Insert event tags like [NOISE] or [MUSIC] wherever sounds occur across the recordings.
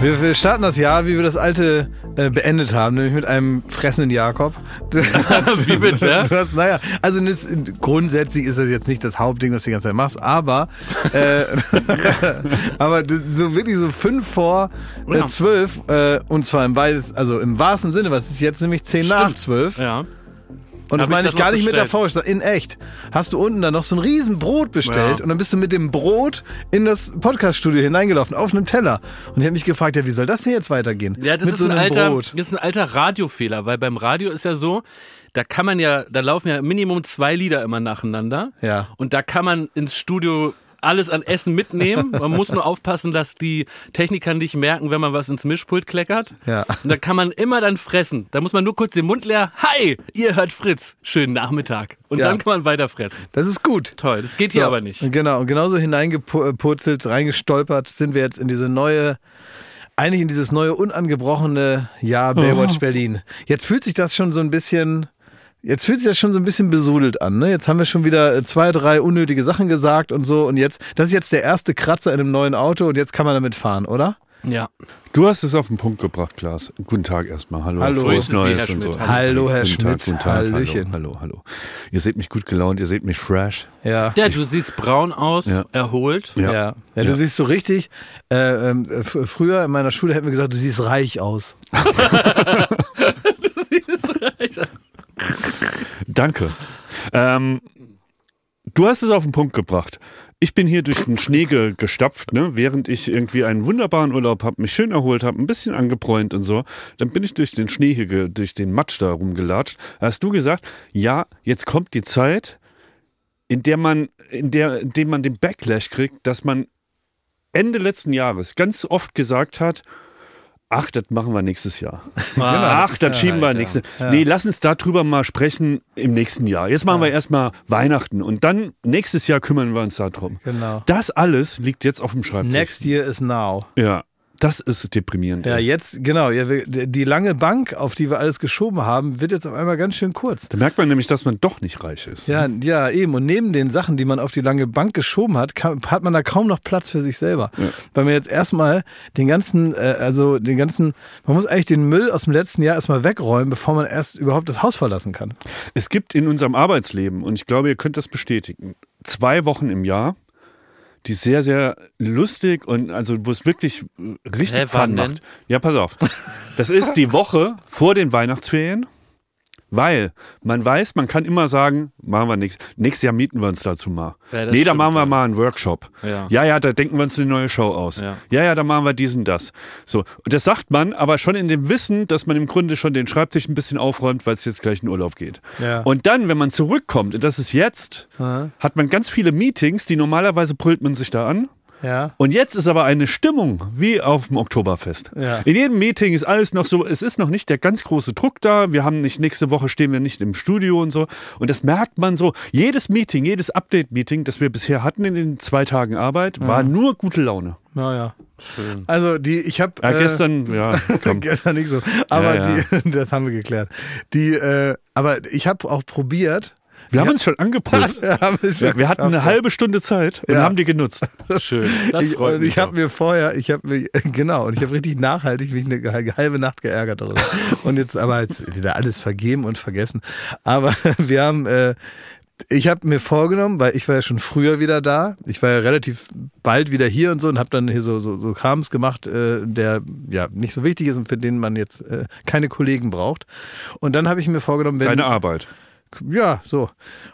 Wir, wir starten das Jahr, wie wir das alte äh, beendet haben, nämlich mit einem fressenden Jakob. [LAUGHS] Wie bitte? Du hast, naja, also jetzt, grundsätzlich ist das jetzt nicht das Hauptding, was du die ganze Zeit machst, aber, äh, [LAUGHS] aber d- so wirklich so fünf vor äh, Ja. zwölf, äh, und zwar im, weitest, also im wahrsten Sinne, was ist jetzt nämlich zehn nach Stimmt. zwölf. Ja. Und das Hab ich meine ich das gar noch nicht bestellt? metaphorisch, sondern in echt. Hast du unten dann noch so ein Riesenbrot bestellt Ja. und dann bist du mit dem Brot in das Podcaststudio hineingelaufen, auf einem Teller. Und ich habe mich gefragt, ja, wie soll das denn jetzt weitergehen? Ja, das mit ist, so ein einem alter, Brot. das ist ein alter Radiofehler, weil beim Radio ist ja so, da kann man ja, da laufen ja Minimum zwei Lieder immer nacheinander. Ja. Und da kann man ins Studio alles an Essen mitnehmen. Man muss nur aufpassen, dass die Techniker nicht merken, wenn man was ins Mischpult kleckert. Ja. Und da kann man immer dann fressen. Da muss man nur kurz den Mund leer. Hi, ihr hört Fritz. Schönen Nachmittag. Und Ja. dann kann man weiter fressen. Das ist gut. Toll, das geht hier So, aber nicht. Genau, und genauso hineingepurzelt, reingestolpert sind wir jetzt in diese neue, eigentlich in dieses neue unangebrochene Oh. Jahr Baywatch Berlin. Jetzt fühlt sich das schon so ein bisschen, jetzt fühlt sich das schon so ein bisschen besudelt an. Ne? Jetzt haben wir schon wieder äh, zwei, drei unnötige Sachen gesagt und so. Und jetzt, das ist jetzt der erste Kratzer in einem neuen Auto und jetzt kann man damit fahren, oder? Ja. Du hast es auf den Punkt gebracht, Klaas. Guten Tag erstmal. Hallo. Hallo. Grüße Frohes Sie, Neues Herr und so. Schmidt. Hallo, Herr guten Schmidt. Tag, guten Tag. Hallöchen. Hallo, hallo, hallo. Ihr seht mich gut gelaunt, ihr seht mich fresh. Ja. Ja, du siehst braun aus, Ja. erholt. [LAUGHS] Ja. Ja. du Ja. siehst so richtig. Äh, ähm, f- früher in meiner Schule hätten wir gesagt, du siehst reich aus. Danke. Ähm, du hast es auf den Punkt gebracht. Ich bin hier durch den Schnee ge gestapft, ne? während ich irgendwie einen wunderbaren Urlaub habe, mich schön erholt habe, ein bisschen angebräunt und so. Dann bin ich durch den Schnee hier, ge- durch den Matsch da rumgelatscht. Da hast du gesagt, ja, jetzt kommt die Zeit, in der man, in der, in dem man den Backlash kriegt, dass man Ende letzten Jahres ganz oft gesagt hat, ach, das machen wir nächstes Jahr. Genau, Ah, Ach, dann schieben wir Alter. nächste. Nee, lass uns darüber mal sprechen im nächsten Jahr. Jetzt machen wir erstmal Weihnachten und dann nächstes Jahr kümmern wir uns darum. Genau. Das alles liegt jetzt auf dem Schreibtisch. Next year is now. Ja, das ist deprimierend. Ja, jetzt, genau. Ja, wir- die lange Bank, auf die wir alles geschoben haben, wird jetzt auf einmal ganz schön kurz. Da merkt man nämlich, dass man doch nicht reich ist. Ja, ja, eben. Und neben den Sachen, die man auf die lange Bank geschoben hat, kam, hat man da kaum noch Platz für sich selber. Weil man jetzt erstmal den ganzen, äh, also den ganzen, man muss eigentlich den Müll aus dem letzten Jahr erstmal wegräumen, bevor man erst überhaupt das Haus verlassen kann. Es gibt in unserem Arbeitsleben, und ich glaube, ihr könnt das bestätigen, zwei Wochen im Jahr, die sehr, sehr lustig und also wo es wirklich äh, richtig Hä, Fun wann macht. denn? Ja, pass auf. Das ist die Woche vor den Weihnachtsferien, weil man weiß, man kann immer sagen, machen wir nichts. Nächstes Jahr mieten wir uns dazu mal. Ja, das nee, da stimmt, machen wir ja. mal einen Workshop. Ja. ja, ja, da denken wir uns eine neue Show aus. Ja. Ja, ja, da machen wir diesen, das. So, und das sagt man, aber schon in dem Wissen, dass man im Grunde schon den Schreibtisch ein bisschen aufräumt, weil es jetzt gleich in Urlaub geht. Ja. Und dann, wenn man zurückkommt, und das ist jetzt, hat man ganz viele Meetings, die normalerweise brüllt man sich da an. Ja. Und jetzt ist aber eine Stimmung wie auf dem Oktoberfest. Ja. In jedem Meeting ist alles noch so, es ist noch nicht der ganz große Druck da. Wir haben nicht, nächste Woche stehen wir nicht im Studio und so. Und das merkt man so. Jedes Meeting, jedes Update-Meeting, das wir bisher hatten in den zwei Tagen Arbeit, Mhm. war nur gute Laune. Naja. Schön. Also die, ich habe Ja, [LAUGHS] gestern, ja, komm. Gestern nicht so. Aber Ja, ja. Die, [LAUGHS] das haben wir geklärt. Die, äh, aber ich habe auch probiert. [LAUGHS] Wir haben uns schon angeputzt. Wir haben es schon Wir, wir hatten geschafft, eine halbe Stunde Zeit und Ja. haben die genutzt. Schön, das ich, freut und mich. ich habe mir vorher, ich habe mir, [LAUGHS] genau, und ich habe richtig nachhaltig mich eine ge- halbe Nacht geärgert darüber. Und jetzt aber jetzt wieder alles vergeben und vergessen. Aber [LAUGHS] wir haben, äh, ich habe mir vorgenommen, weil ich war ja schon früher wieder da. Ich war ja relativ bald wieder hier und so und habe dann hier so, so, so Krams gemacht, äh, der ja nicht so wichtig ist und für den man jetzt äh, keine Kollegen braucht. Und dann habe ich mir vorgenommen, wenn Deine Arbeit. ja, so.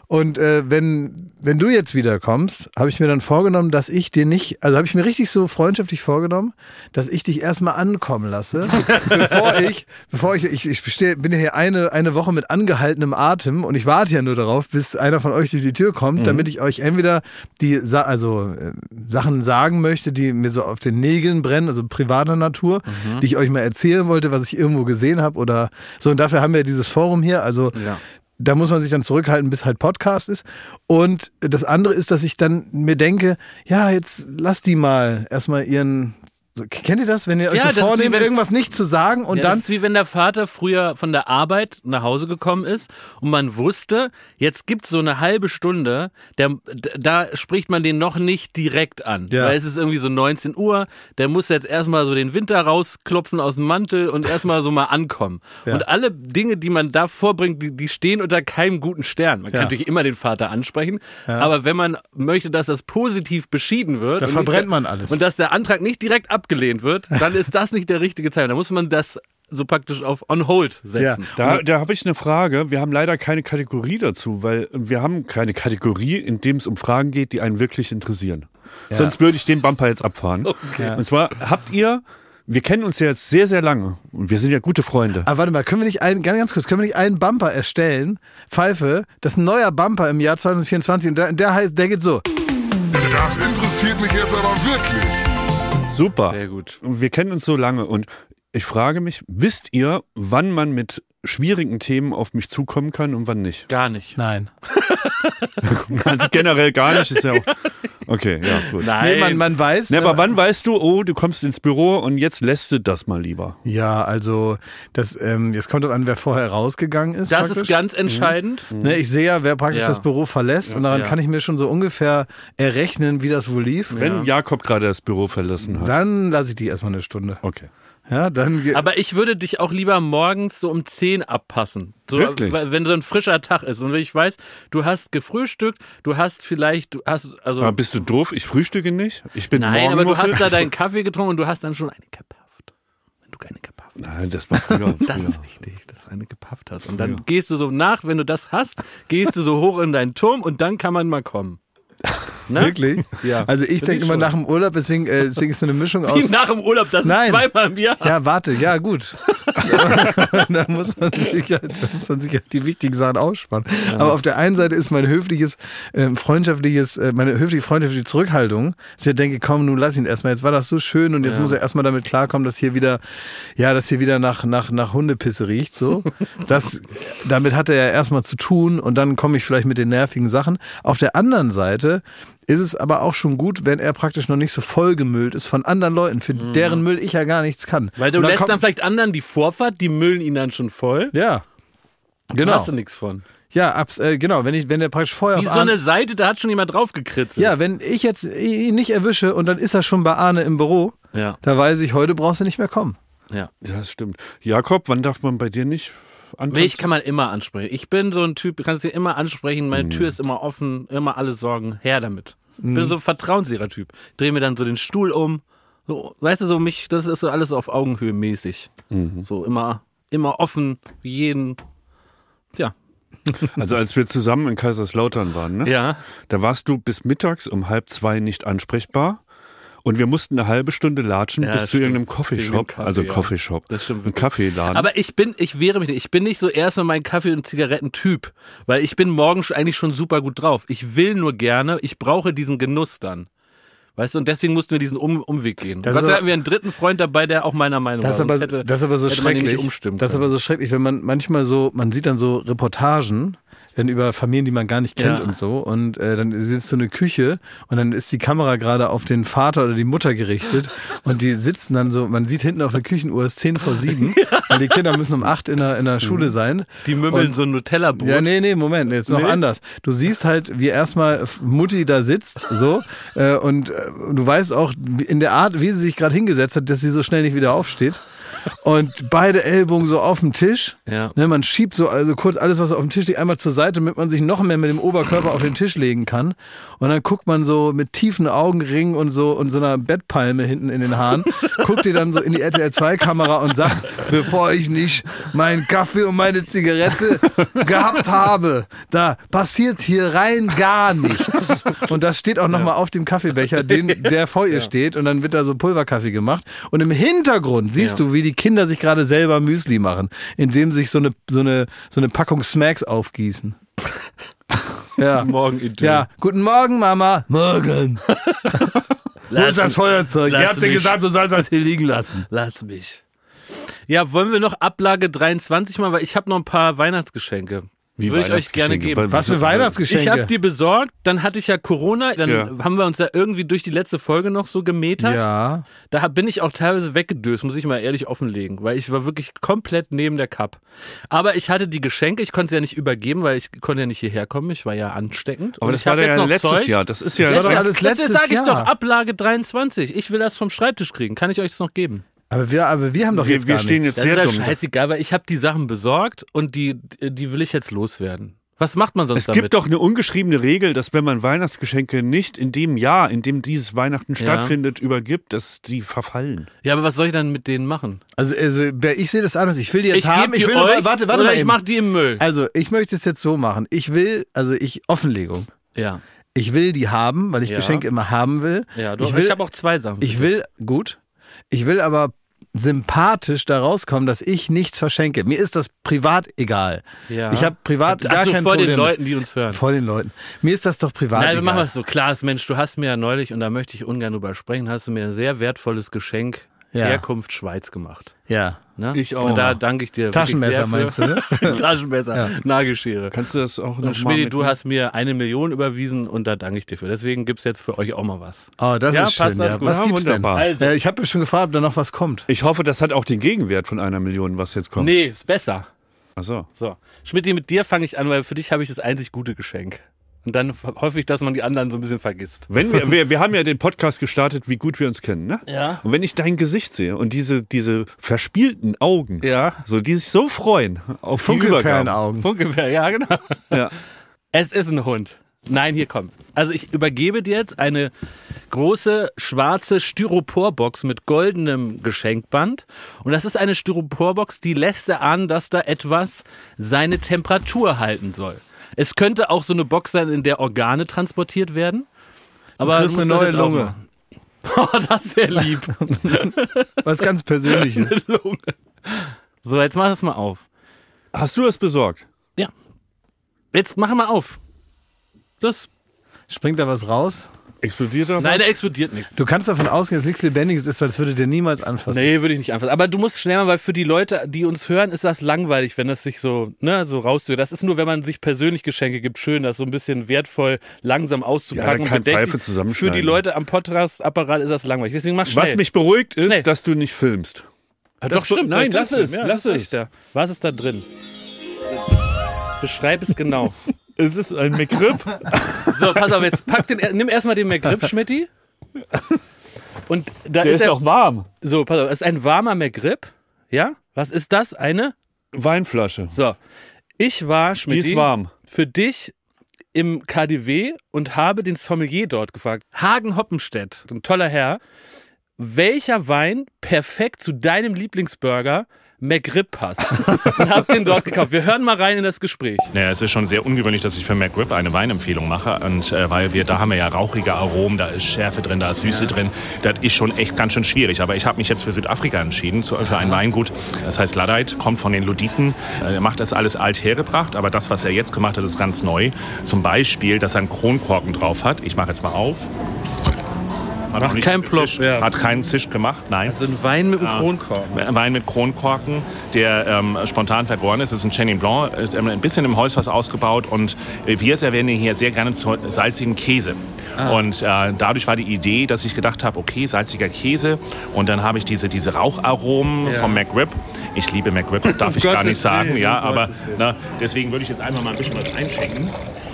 Und äh, wenn, wenn du jetzt wieder kommst, habe ich mir dann vorgenommen, dass ich dir nicht, also habe ich mir richtig so freundschaftlich vorgenommen, dass ich dich erstmal ankommen lasse, bevor ich, bevor ich, ich, ich besteh, bin ja hier eine, eine Woche mit angehaltenem Atem und ich warte ja nur darauf, bis einer von euch durch die Tür kommt, damit ich euch entweder die, Sa also äh, Sachen sagen möchte, die mir so auf den Nägeln brennen, also privater Natur, die ich euch mal erzählen wollte, was ich irgendwo gesehen habe oder so. Und dafür haben wir dieses Forum hier, also Ja. da muss man sich dann zurückhalten, bis halt Podcast ist. Und das andere ist, dass ich dann mir denke, ja, jetzt lass die mal erstmal ihren So, kennt ihr das, wenn ihr euch Ja, so das ist wie vornehmt, wenn- irgendwas nicht zu sagen und Ja, dann das ist wie wenn der Vater früher von der Arbeit nach Hause gekommen ist und man wusste, jetzt gibt's so eine halbe Stunde, der, d- da spricht man den noch nicht direkt an. Ja. Weil es ist irgendwie so 19 Uhr, der muss jetzt erstmal so den Winter rausklopfen aus dem Mantel und erstmal so mal ankommen. Ja. Und alle Dinge, die man da vorbringt, die, die stehen unter keinem guten Stern. Man Ja. kann natürlich immer den Vater ansprechen, aber wenn man möchte, dass das positiv beschieden wird, Da und verbrennt nicht- man alles. Und dass der Antrag nicht direkt abgelehnt wird, dann ist das nicht der richtige Zeitpunkt. Da muss man das so praktisch auf on hold setzen. Da, da habe ich eine Frage. Wir haben leider keine Kategorie dazu, weil wir haben keine Kategorie, in dem es um Fragen geht, die einen wirklich interessieren. Sonst würde ich den Bumper jetzt abfahren. Okay. Und zwar habt ihr, wir kennen uns ja jetzt sehr, sehr lange und wir sind ja gute Freunde. Aber ah, warte mal, können wir nicht einen, ganz, ganz kurz, können wir nicht einen Bumper erstellen? Pfeife, das ist ein neuer Bumper im Jahr 2024 und der, der heißt, der geht so. Das interessiert mich jetzt aber wirklich. Super. Sehr gut. Und Wir kennen uns so lange und ich frage mich, wisst ihr, wann man mit schwierigen Themen auf mich zukommen kann und [LAUGHS] wann nicht? Gar nicht. Nein. Also generell gar nicht ist ja auch. Okay, ja, gut. Nee, man, man weiß. Na, aber äh, wann weißt du, oh, du kommst ins Büro und jetzt lässt du das mal lieber? ja, also das, ähm, jetzt kommt drauf an, wer vorher rausgegangen ist. das praktisch. ist ganz entscheidend. Ne, ich sehe ja, wer praktisch Mhm. Ja. das Büro verlässt und daran Ja. kann ich mir schon so ungefähr errechnen, wie das wohl lief. Wenn Jakob gerade das Büro verlassen hat. Dann lasse ich die erstmal eine Stunde. Okay. Ja, dann ge- Oh. Aber ich würde dich auch lieber morgens so um 10 abpassen. So, Wirklich? weil- Wenn so ein frischer Tag ist und wenn ich weiß, du hast gefrühstückt, du hast vielleicht, du hast, also. Aber bist du doof? Ich frühstücke nicht. Ich bin nein, morgen aber du nur hast da fit. deinen Kaffee getrunken und du hast dann schon eine gepafft. Wenn du keine gepafft [LAUGHS] Nein, das war Genau, früher. [LAUGHS] Das früher. ist wichtig, dass du eine gepafft hast. Und dann gehst du so nach, wenn du das hast, gehst du so hoch in deinen Turm und dann kann man mal kommen. Ne? wirklich. Ja. Also ich Finde denke ich immer schon. nach dem Urlaub, deswegen, äh, deswegen ist so eine Mischung [LAUGHS] Wie aus. nach dem Urlaub, das Nein. ist zweimal im Jahr. Ja, warte, ja, gut. [LAUGHS] da muss man, sich halt, da muss man sich halt die wichtigen Sachen ausspannen. Aber auf der einen Seite ist mein höfliches, ähm, freundschaftliches, äh, meine höfliche, freundschaftliche Zurückhaltung, dass ich denke, komm, nun lass ihn erstmal, jetzt war das so schön und jetzt muss er erstmal damit klarkommen, dass hier wieder, ja, dass hier wieder nach, nach, nach Hundepisse riecht, so. Das, damit hat er ja erstmal zu tun und dann komme ich vielleicht mit den nervigen Sachen. Auf der anderen Seite ist es aber auch schon gut, wenn er praktisch noch nicht so vollgemüllt ist von anderen Leuten, für deren Müll ich ja gar nichts kann. Weil du Und dann lässt kommt- dann vielleicht anderen die Vorfahrt, die müllen ihn dann schon voll. ja. Da Genau. hast du nichts von. Ja, abs äh, genau, wenn ich wenn der praktisch Feuer Wie auf so Arne- eine Seite, da hat schon jemand drauf gekritzelt. Ja, wenn ich jetzt ihn nicht erwische und dann ist er schon bei Arne im Büro, Ja. da weiß ich, heute brauchst du nicht mehr kommen. ja. Ja, das stimmt. Jakob, wann darf man bei dir nicht antanzen? Mich kann man immer ansprechen. Ich bin so ein Typ, du kannst dir immer ansprechen, meine Tür ist immer offen, immer alle Sorgen, her damit. Bin so ein vertrauenslehrer Typ. Dreh mir dann so den Stuhl um. So, weißt du, so mich, das ist so alles auf Augenhöhe mäßig. So immer, immer offen, für jeden. Ja. Also als wir zusammen in Kaiserslautern waren, ne? Ja. Da warst du bis mittags um halb zwei nicht ansprechbar. Und wir mussten eine halbe Stunde latschen Ja, bis zu stimmt. irgendeinem Wegen dem Coffeeshop. Kaffee, also ja. Coffeeshop. Das stimmt Ein wirklich. Kaffeeladen. Aber ich bin, ich wehre mich nicht. Ich bin nicht so erstmal mein Kaffee- und Zigaretten-Typ, weil ich bin morgens eigentlich schon super gut drauf. Ich will nur gerne, ich brauche diesen Genuss dann. Weißt du, und deswegen mussten wir diesen um Umweg gehen. Das Gott sei ist- Dank hatten wir einen dritten Freund dabei, der auch meiner Meinung Das ist war. aber, Sonst hätte, das ist aber so hätte man ihn schrecklich. Nicht umstimmen das ist können. aber so schrecklich, wenn man manchmal so, man sieht dann so Reportagen dann über Familien, die man gar nicht kennt Ja. und so. Und äh, dann ist so eine Küche und dann ist die Kamera gerade auf den Vater oder die Mutter [LAUGHS] gerichtet und die sitzen dann so, man sieht hinten auf der Küchenuhr es ist 10 vor [LAUGHS] 7 und die Kinder müssen um 8 in der, Mhm. in der Schule sein. Die mümmeln so ein Nutella-Brot. Ja, nee, nee, Moment, jetzt noch anders. Du siehst halt, wie erstmal Mutti da sitzt, so, äh, und äh, du weißt auch wie- in der Art, wie sie sich gerade hingesetzt hat, dass sie so schnell nicht wieder aufsteht. Und beide Ellbogen so auf dem Tisch. Ja. Ne, man schiebt so also kurz alles, was auf dem Tisch liegt, einmal zur Seite, damit man sich noch mehr mit dem Oberkörper auf den Tisch legen kann. Und dann guckt man so mit tiefen Augenringen und so und so einer Bettpalme hinten in den Haaren, guckt ihr dann so in die RTL2-Kamera und sagt, bevor ich nicht meinen Kaffee und meine Zigarette gehabt habe, da passiert hier rein gar nichts. Und das steht auch nochmal auf dem Kaffeebecher, den, der vor ihr steht. Und dann wird da so Pulverkaffee gemacht. Und im Hintergrund siehst du, wie die Kinder sich gerade selber Müsli machen, indem sich so eine, so eine, so eine Packung Smacks aufgießen. Ja. Morgen Idyll. Ja, guten Morgen, Mama. Morgen. Wo ist das Feuerzeug? lass Ihr habt dir mich. gesagt, du sollst das hier liegen lassen. Lass mich. Ja, wollen wir noch Ablage 23 mal, weil ich habe noch ein paar Weihnachtsgeschenke. Wie Würde ich euch gerne Weihnachtsgeschenke. geben. Was für Ich Weihnachtsgeschenke. habe dir besorgt, dann hatte ich ja Corona, dann Ja. haben wir uns ja irgendwie durch die letzte Folge noch so gemetert. ja. Da hab- bin ich auch teilweise weggedöst, muss ich mal ehrlich offenlegen, weil ich war wirklich komplett neben der Cup. Aber ich hatte die Geschenke, ich konnte sie ja nicht übergeben, weil ich konnte ja nicht hierher kommen, ich war ja ansteckend. Aber Und das ich war hab da jetzt ja noch letztes Zeug. Jahr. Das ist ja. Das war doch Jahr. alles Deswegen letztes sage ich Jahr. doch, Ablage 23. Ich will das vom Schreibtisch kriegen. Kann ich euch das noch geben? Aber wir, aber wir haben doch Wir- jetzt wir gar stehen nichts. Das Sehr ist dumm. ja scheißegal, weil ich habe die Sachen besorgt und die, die will ich jetzt loswerden. Was macht man sonst es damit? gibt doch eine ungeschriebene Regel, dass wenn man Weihnachtsgeschenke nicht in dem Jahr, in dem dieses Weihnachten stattfindet, übergibt, dass die verfallen. ja, aber was soll ich dann mit denen machen? Also, also ich sehe das anders. Ich will die jetzt ich haben. gebe die will euch warte, warte oder mal ich eben. mach die im Müll. Also ich möchte es jetzt so machen. Ich will, also ich Offenlegung. Ja, Ich will die haben, weil ich Ja. Geschenke immer haben will. ja du, ich, ich will, ich habe auch zwei Sachen. ich will gut. Ich will aber sympathisch da rauskommen, dass ich nichts verschenke. Mir ist das privat egal. Ja. Ich habe privat gar also kein vor Problem. den mit. Leuten, die uns hören. Vor den Leuten. Mir ist das doch privat Nein, wir machen egal. es so. Klaas, Mensch, du hast mir ja neulich, und da möchte ich ungern drüber sprechen, hast du mir ein sehr wertvolles Geschenk Ja. Herkunft Schweiz gemacht. Ja. Ne? Ich auch. Und da danke ich dir. Taschenmesser meinst wirklich du, sehr ne? für. [LAUGHS] Taschenmesser, Nagelschere. Kannst du das auch Und noch mal Schmidi, mit- du hast mir eine Million überwiesen und da danke ich dir für. Deswegen gibt's jetzt für euch auch mal was. Oh, das Ja, ist schön. passt das ja. gut. Was Ja, gibt's wunderbar. denn? Also. Ja, ich habe schon gefragt, ob da noch was kommt. Ich hoffe, das hat auch den Gegenwert von einer Million, was jetzt Oh. kommt. Nee, ist besser. Achso. So, Schmidi, mit dir fange ich an, weil für dich habe ich das einzig gute Geschenk. Und dann hoffe ich, dass man die anderen so ein bisschen vergisst. Wenn wir, wir, wir haben ja den Podcast gestartet, wie gut wir uns kennen, ne? Ja. Und wenn ich dein Gesicht sehe und diese, diese verspielten Augen, Ja. so, die sich so freuen auf die Übergabe. Funkelperlenaugen. Funkewehr, ja, genau. Ja. [LAUGHS] Es ist ein Hund. Nein, hier kommt. Also ich übergebe dir jetzt eine große schwarze Styroporbox mit goldenem Geschenkband. Und das ist eine Styroporbox, die lässt erahnen, dass da etwas seine Temperatur halten soll. Es könnte auch so eine Box sein, in der Organe transportiert werden. Aber kriegst du musst eine das neue jetzt auch machen. [LAUGHS] Oh, das wäre lieb. Was ganz Persönliches. [LAUGHS] Lunge. So, jetzt mach das mal auf. Hast du das besorgt? Ja. Jetzt mach mal auf. Das. Springt da was raus? Explodiert da Nein, was? da explodiert nichts. Du kannst davon ausgehen, dass nichts Lebendiges ist, weil das würde dir niemals anfassen. Nee, würde ich nicht anfassen. Aber du musst schnell mal, weil für die Leute, die uns hören, ist das langweilig, wenn das sich so, ne, so rauszieht. Das ist nur, wenn man sich persönlich Geschenke gibt, schön, das so ein bisschen wertvoll langsam Ja, auszupacken. dann kann und bedächtig. Pfeife Für zusammenschneiden. die Leute am Podcast-Apparat ist das langweilig. Deswegen mach schnell. Was mich beruhigt ist, Schnell. dass du nicht filmst. Ah, Doch, das- stimmt. nein, vielleicht lass kannst es, du lass das es. ist ja. Was ist da drin? Beschreib es genau. Es ist ein [LAUGHS] McRib. So, pass auf, jetzt pack den, nimm erstmal den McRib, Schmitti. Und da Der ist, ist er, auch warm. so, pass auf, das ist ein warmer McRib. Ja? Was ist das? Eine? Weinflasche. So, ich war, Die Schmidt, ist warm. für dich im KDW und habe den Sommelier dort gefragt, Hagen Hoppenstedt, ein toller Herr, welcher Wein perfekt zu deinem Lieblingsburger McRib passt. [LAUGHS] und hab den dort gekauft. Wir hören mal rein in das Gespräch. Naja, es ist schon sehr ungewöhnlich, dass ich für McRib eine Weinempfehlung mache. Und äh, weil wir, da haben wir ja rauchige Aromen, da ist Schärfe drin, da ist Süße drin. Das ist schon echt ganz schön schwierig. Aber ich habe mich jetzt für Südafrika entschieden, zu, für ein Weingut. Das heißt Ladite, kommt von den Luditen. Äh, Er macht das alles alt hergebracht, aber das, was er jetzt gemacht hat, ist ganz neu. Zum Beispiel, dass er einen Kronkorken drauf hat. Ich mache jetzt mal auf. Hat noch nicht keinen Plop, gezischt. ja. Also Hat keinen Zisch gemacht, nein. So ein Wein mit einem Kronkorken. Wein mit Kronkorken, der ähm, spontan vergoren ist. Das ist ein Chenin Blanc, ist ähm, ein bisschen im Holzfass ausgebaut und äh, wir servieren den hier sehr gerne zu salzigen Käse. Ah. Und äh, dadurch war die Idee, dass ich gedacht habe, okay, salziger Käse und dann habe ich diese, diese Raucharomen vom McRib. Ich [LAUGHS] liebe McRib, darf ich gar Um Gottes nicht sagen, Willen, ja, um aber Gottes na, deswegen würde ich jetzt einfach mal ein bisschen was einschenken.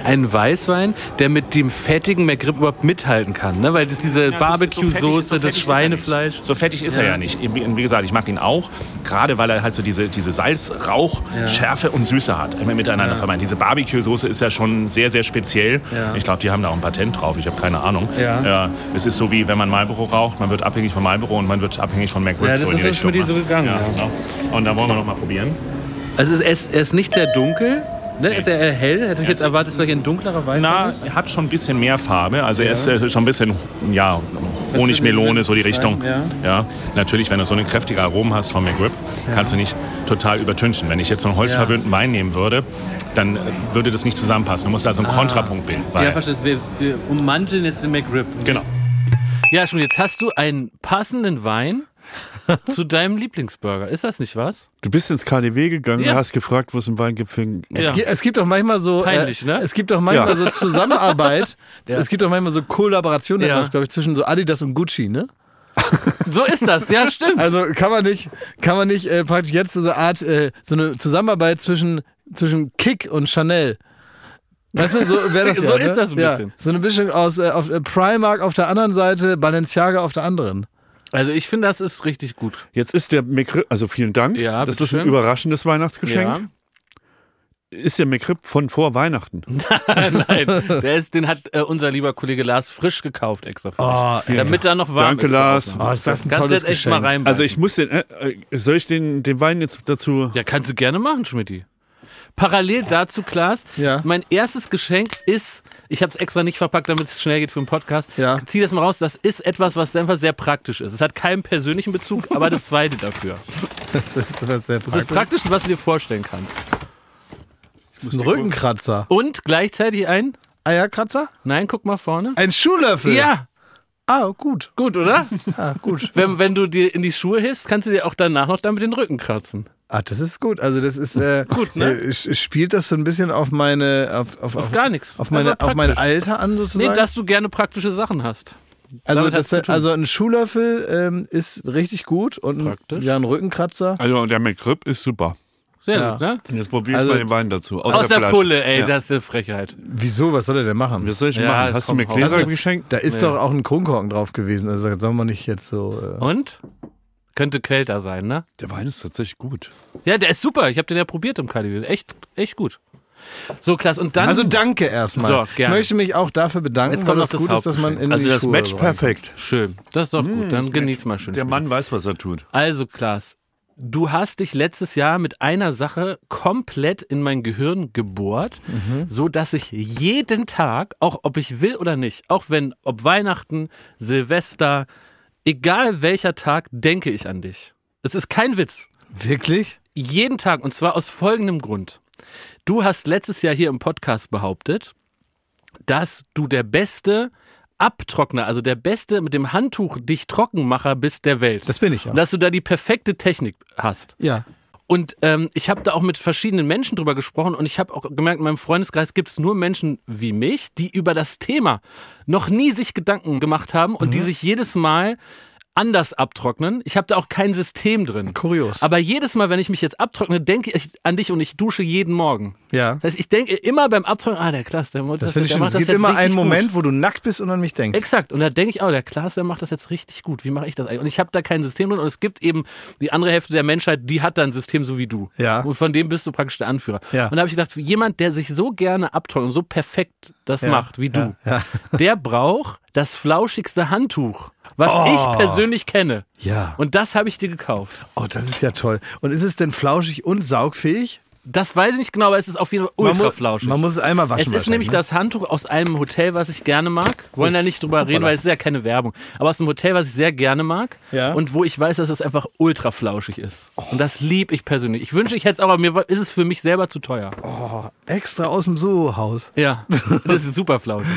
Ein Weißwein, der mit dem fettigen McRib überhaupt mithalten kann, ne? weil das diese Ja, so- so fettig- Barbecue-Soße, so fettig das ist er Schweinefleisch. nicht. So fettig ist er ja nicht. Wie wie gesagt, ich mag ihn auch, gerade weil er halt so diese, diese Salz, Rauch, Schärfe und Süße hat. Immer miteinander vermeint. Diese Barbecue-Soße ist ja schon sehr, sehr speziell. Ja. Ich glaube, die haben da auch ein Patent drauf. Ich habe keine Ahnung. Ja. Äh, es ist so wie, wenn man Marlboro raucht, man wird abhängig von Marlboro und man wird abhängig von McRib. Ja, das so in ist die uns Richtung. mit die so ne? gegangen, Ja, ja. genau. Und da wollen wir noch mal probieren. Also es ist, er ist nicht sehr dunkel, ne? ist er eher hell? Hätte ich jetzt erwartet, dass vielleicht ein dunklerer Weißwein Na, ist. Ah, er hat schon ein bisschen mehr Farbe. Also er ist äh, schon ein bisschen, ja, Honigmelone, so die Richtung. Ja. Ja, natürlich, wenn du so eine kräftige Aromen hast von McRib, kannst du nicht total übertünchen. Wenn ich jetzt so einen holzverwöhnten Wein nehmen würde, dann äh, würde das nicht zusammenpassen. Du musst da so einen Kontrapunkt bilden. weil- Ah. Ja, verstehe. Wir, wir ummanteln jetzt den McRib. genau. [LAUGHS] Ja, schon, jetzt hast du einen passenden Wein zu deinem Lieblingsburger. Ist das nicht was? Du bist ins KDW gegangen Ja. und hast gefragt, wo es einen Weingipfel gibt. Ja. Ge- Es gibt doch manchmal so. Peinlich, äh, ne? Es gibt doch manchmal Ja. so Zusammenarbeit. [LAUGHS] Es gibt doch manchmal so Kollaboration, Ja. ja. glaube ich, zwischen so Adidas und Gucci, ne? So ist das, ja, stimmt. [LAUGHS] Also kann man nicht, kann man nicht äh, praktisch jetzt so eine Art, äh, so eine Zusammenarbeit zwischen, zwischen Kick und Chanel. Weißt du, so wäre [LAUGHS] das So ja, ne? ist das ein ja, bisschen. So ein bisschen aus äh, auf, äh, Primark auf der anderen Seite, Balenciaga auf der anderen. Also ich finde, das ist richtig gut. Jetzt ist der McRib, also vielen Dank. Ja, das ist bitteschön. ein überraschendes Weihnachtsgeschenk. Ja. Ist der McRib von vor Weihnachten. Nein, der ist, den hat äh, unser lieber Kollege Lars frisch gekauft extra für Oh, mich. Damit da noch warm Danke, ist. Lars. Oh, ist das ein Kannst du tolles jetzt echt mal Geschenk. rein. Also ich muss den, äh, äh, soll ich den, den Wein jetzt dazu? Ja, kannst du gerne machen, Schmidti. Parallel dazu, Klaas, Ja. mein erstes Geschenk ist, ich habe es extra nicht verpackt, damit es schnell geht für den Podcast. Ja. Zieh das mal raus, das ist etwas, was einfach sehr praktisch ist. Es hat keinen persönlichen Bezug, aber das zweite dafür. Das ist, das ist sehr Das ist praktisch. praktisch, was du dir vorstellen kannst. Das ist ein Rückenkratzer. Und gleichzeitig ein, Ah Eierkratzer? nein, guck mal vorne. Ein Schuhlöffel? Ja, Ah, gut. gut, oder? Ah, gut. Wenn, wenn du dir in die Schuhe hilfst, kannst du dir auch danach noch damit den Rücken kratzen. Ah, das ist gut. Also das ist äh, [LAUGHS] Gut, ne? äh, sch- spielt das so ein bisschen auf meine auf, auf, auf, gar nichts. auf meine Einfach auf mein praktisch. Alter an Nee, sozusagen. dass du gerne praktische Sachen hast. also damit hat's das, zu tun. also ein Schuhlöffel ähm, ist richtig gut und ein, Praktisch. ja ein Rückenkratzer. Also der McRib ist super. Sehr Ja. gut, ne? Und jetzt probier ich Also- mal den Wein dazu. Aus, Aus der, Flasche. Pulle, ey, Ja. das ist eine Frechheit. Wieso? Was soll er denn machen? Was soll ich Ja, machen? Hast du komm, mir hau Gläser raus. geschenkt? Da ist doch auch ein Kronkorken drauf gewesen. Also das soll man nicht jetzt so. Äh, Und? Könnte kälter sein, ne? Der Wein ist tatsächlich gut. Ja, der ist super. Ich habe den ja probiert im Kaliber. Echt, echt gut. So, klasse. Und dann also danke erstmal. So, ich gerne. möchte mich auch dafür bedanken, Jetzt kommt weil noch es das gut ist, dass man in Also die das Schuhe Match rein- perfekt. schön. Das ist doch gut. Dann genieß mal schön. hm, Der Mann weiß, was er tut. Also, Klaas, du hast dich letztes Jahr mit einer Sache komplett in mein Gehirn gebohrt, Mhm. so dass ich jeden Tag, auch ob ich will oder nicht, auch wenn, ob Weihnachten, Silvester, egal welcher Tag, denke ich an dich. Es ist kein Witz. Wirklich? Jeden Tag und zwar aus folgendem Grund. Du hast letztes Jahr hier im Podcast behauptet, dass du der beste Abtrockner, also der beste mit dem Handtuch dich Trockenmacher bist der Welt. Das bin ich ja. Und dass du da die perfekte Technik hast. Ja. Und ähm, ich habe da auch mit verschiedenen Menschen drüber gesprochen und ich habe auch gemerkt, in meinem Freundeskreis gibt es nur Menschen wie mich, die über das Thema noch nie sich Gedanken gemacht haben und Mhm. die sich jedes Mal anders abtrocknen. Ich habe da auch kein System drin. Kurios. Aber jedes Mal, wenn ich mich jetzt abtrockne, denke ich an dich und ich dusche jeden Morgen. Ja. Das heißt, ich denke immer beim Abtrocknen, ah, der Klaas, der, macht Das finde ich der schon. macht Es gibt jetzt immer richtig einen gut. Moment, wo du nackt bist und an mich denkst. Exakt. Und da denke ich, oh, der Klaas, der macht das jetzt richtig gut. Wie mache ich das eigentlich? Und ich habe da kein System drin. Und es gibt eben die andere Hälfte der Menschheit, die hat da ein System, so wie du. Ja. Und von dem bist du praktisch der Anführer. Ja. Und da habe ich gedacht, jemand, der sich so gerne abtollt und so perfekt das Ja. macht, wie du, Ja. [LAUGHS] der braucht das flauschigste Handtuch, was ich persönlich kenne. Oh. Ja. Und das habe ich dir gekauft. Oh, das ist ja toll. Und ist es denn flauschig und saugfähig? Das weiß ich nicht genau, aber es ist auf jeden Fall Man mu- ultra flauschig. Man muss es einmal waschen. Es ist nämlich wahrscheinlich, ne? Oh. das Handtuch aus einem Hotel, was ich gerne mag. Wollen da nicht drüber reden, weil es ist ja keine Werbung. Aber aus einem Hotel, was ich sehr gerne mag Ja. und wo ich weiß, dass es einfach ultra flauschig ist. Und das lieb ich persönlich. Ich wünsche, ich hätte es auch, aber mir war- ist es für mich selber zu teuer. Ne? Extra aus dem Soho-Haus. Ja, das ist super flauschig.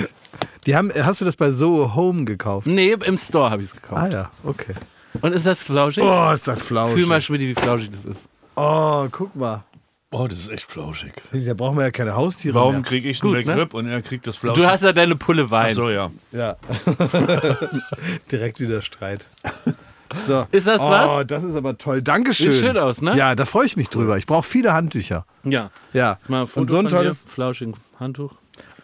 Die haben, hast du das bei Soho Home gekauft? Nee, im Store habe ich es gekauft. Ah ja, okay. Und ist das flauschig? Ah. Oh, ist das Fühl mal, flauschig. Schmidt, wie flauschig das ist. Oh, guck mal. Oh, das ist echt flauschig. Da brauchen wir ja keine Haustiere Warum mehr. kriege ich einen McRib und er kriegt das flauschig? ne? Du hast ja deine Pulle Wein. Ach so, ja. Ja. [LAUGHS] Direkt wieder Streit. So. Ist das oh, was? das ist aber toll. Dankeschön. Sieht schön aus, ne? Ja, da freue ich mich drüber. Ich brauche viele Handtücher. Ja. Ja. Mal ein Foto Und so ein von tolles. dir, flauschigen Handtuch.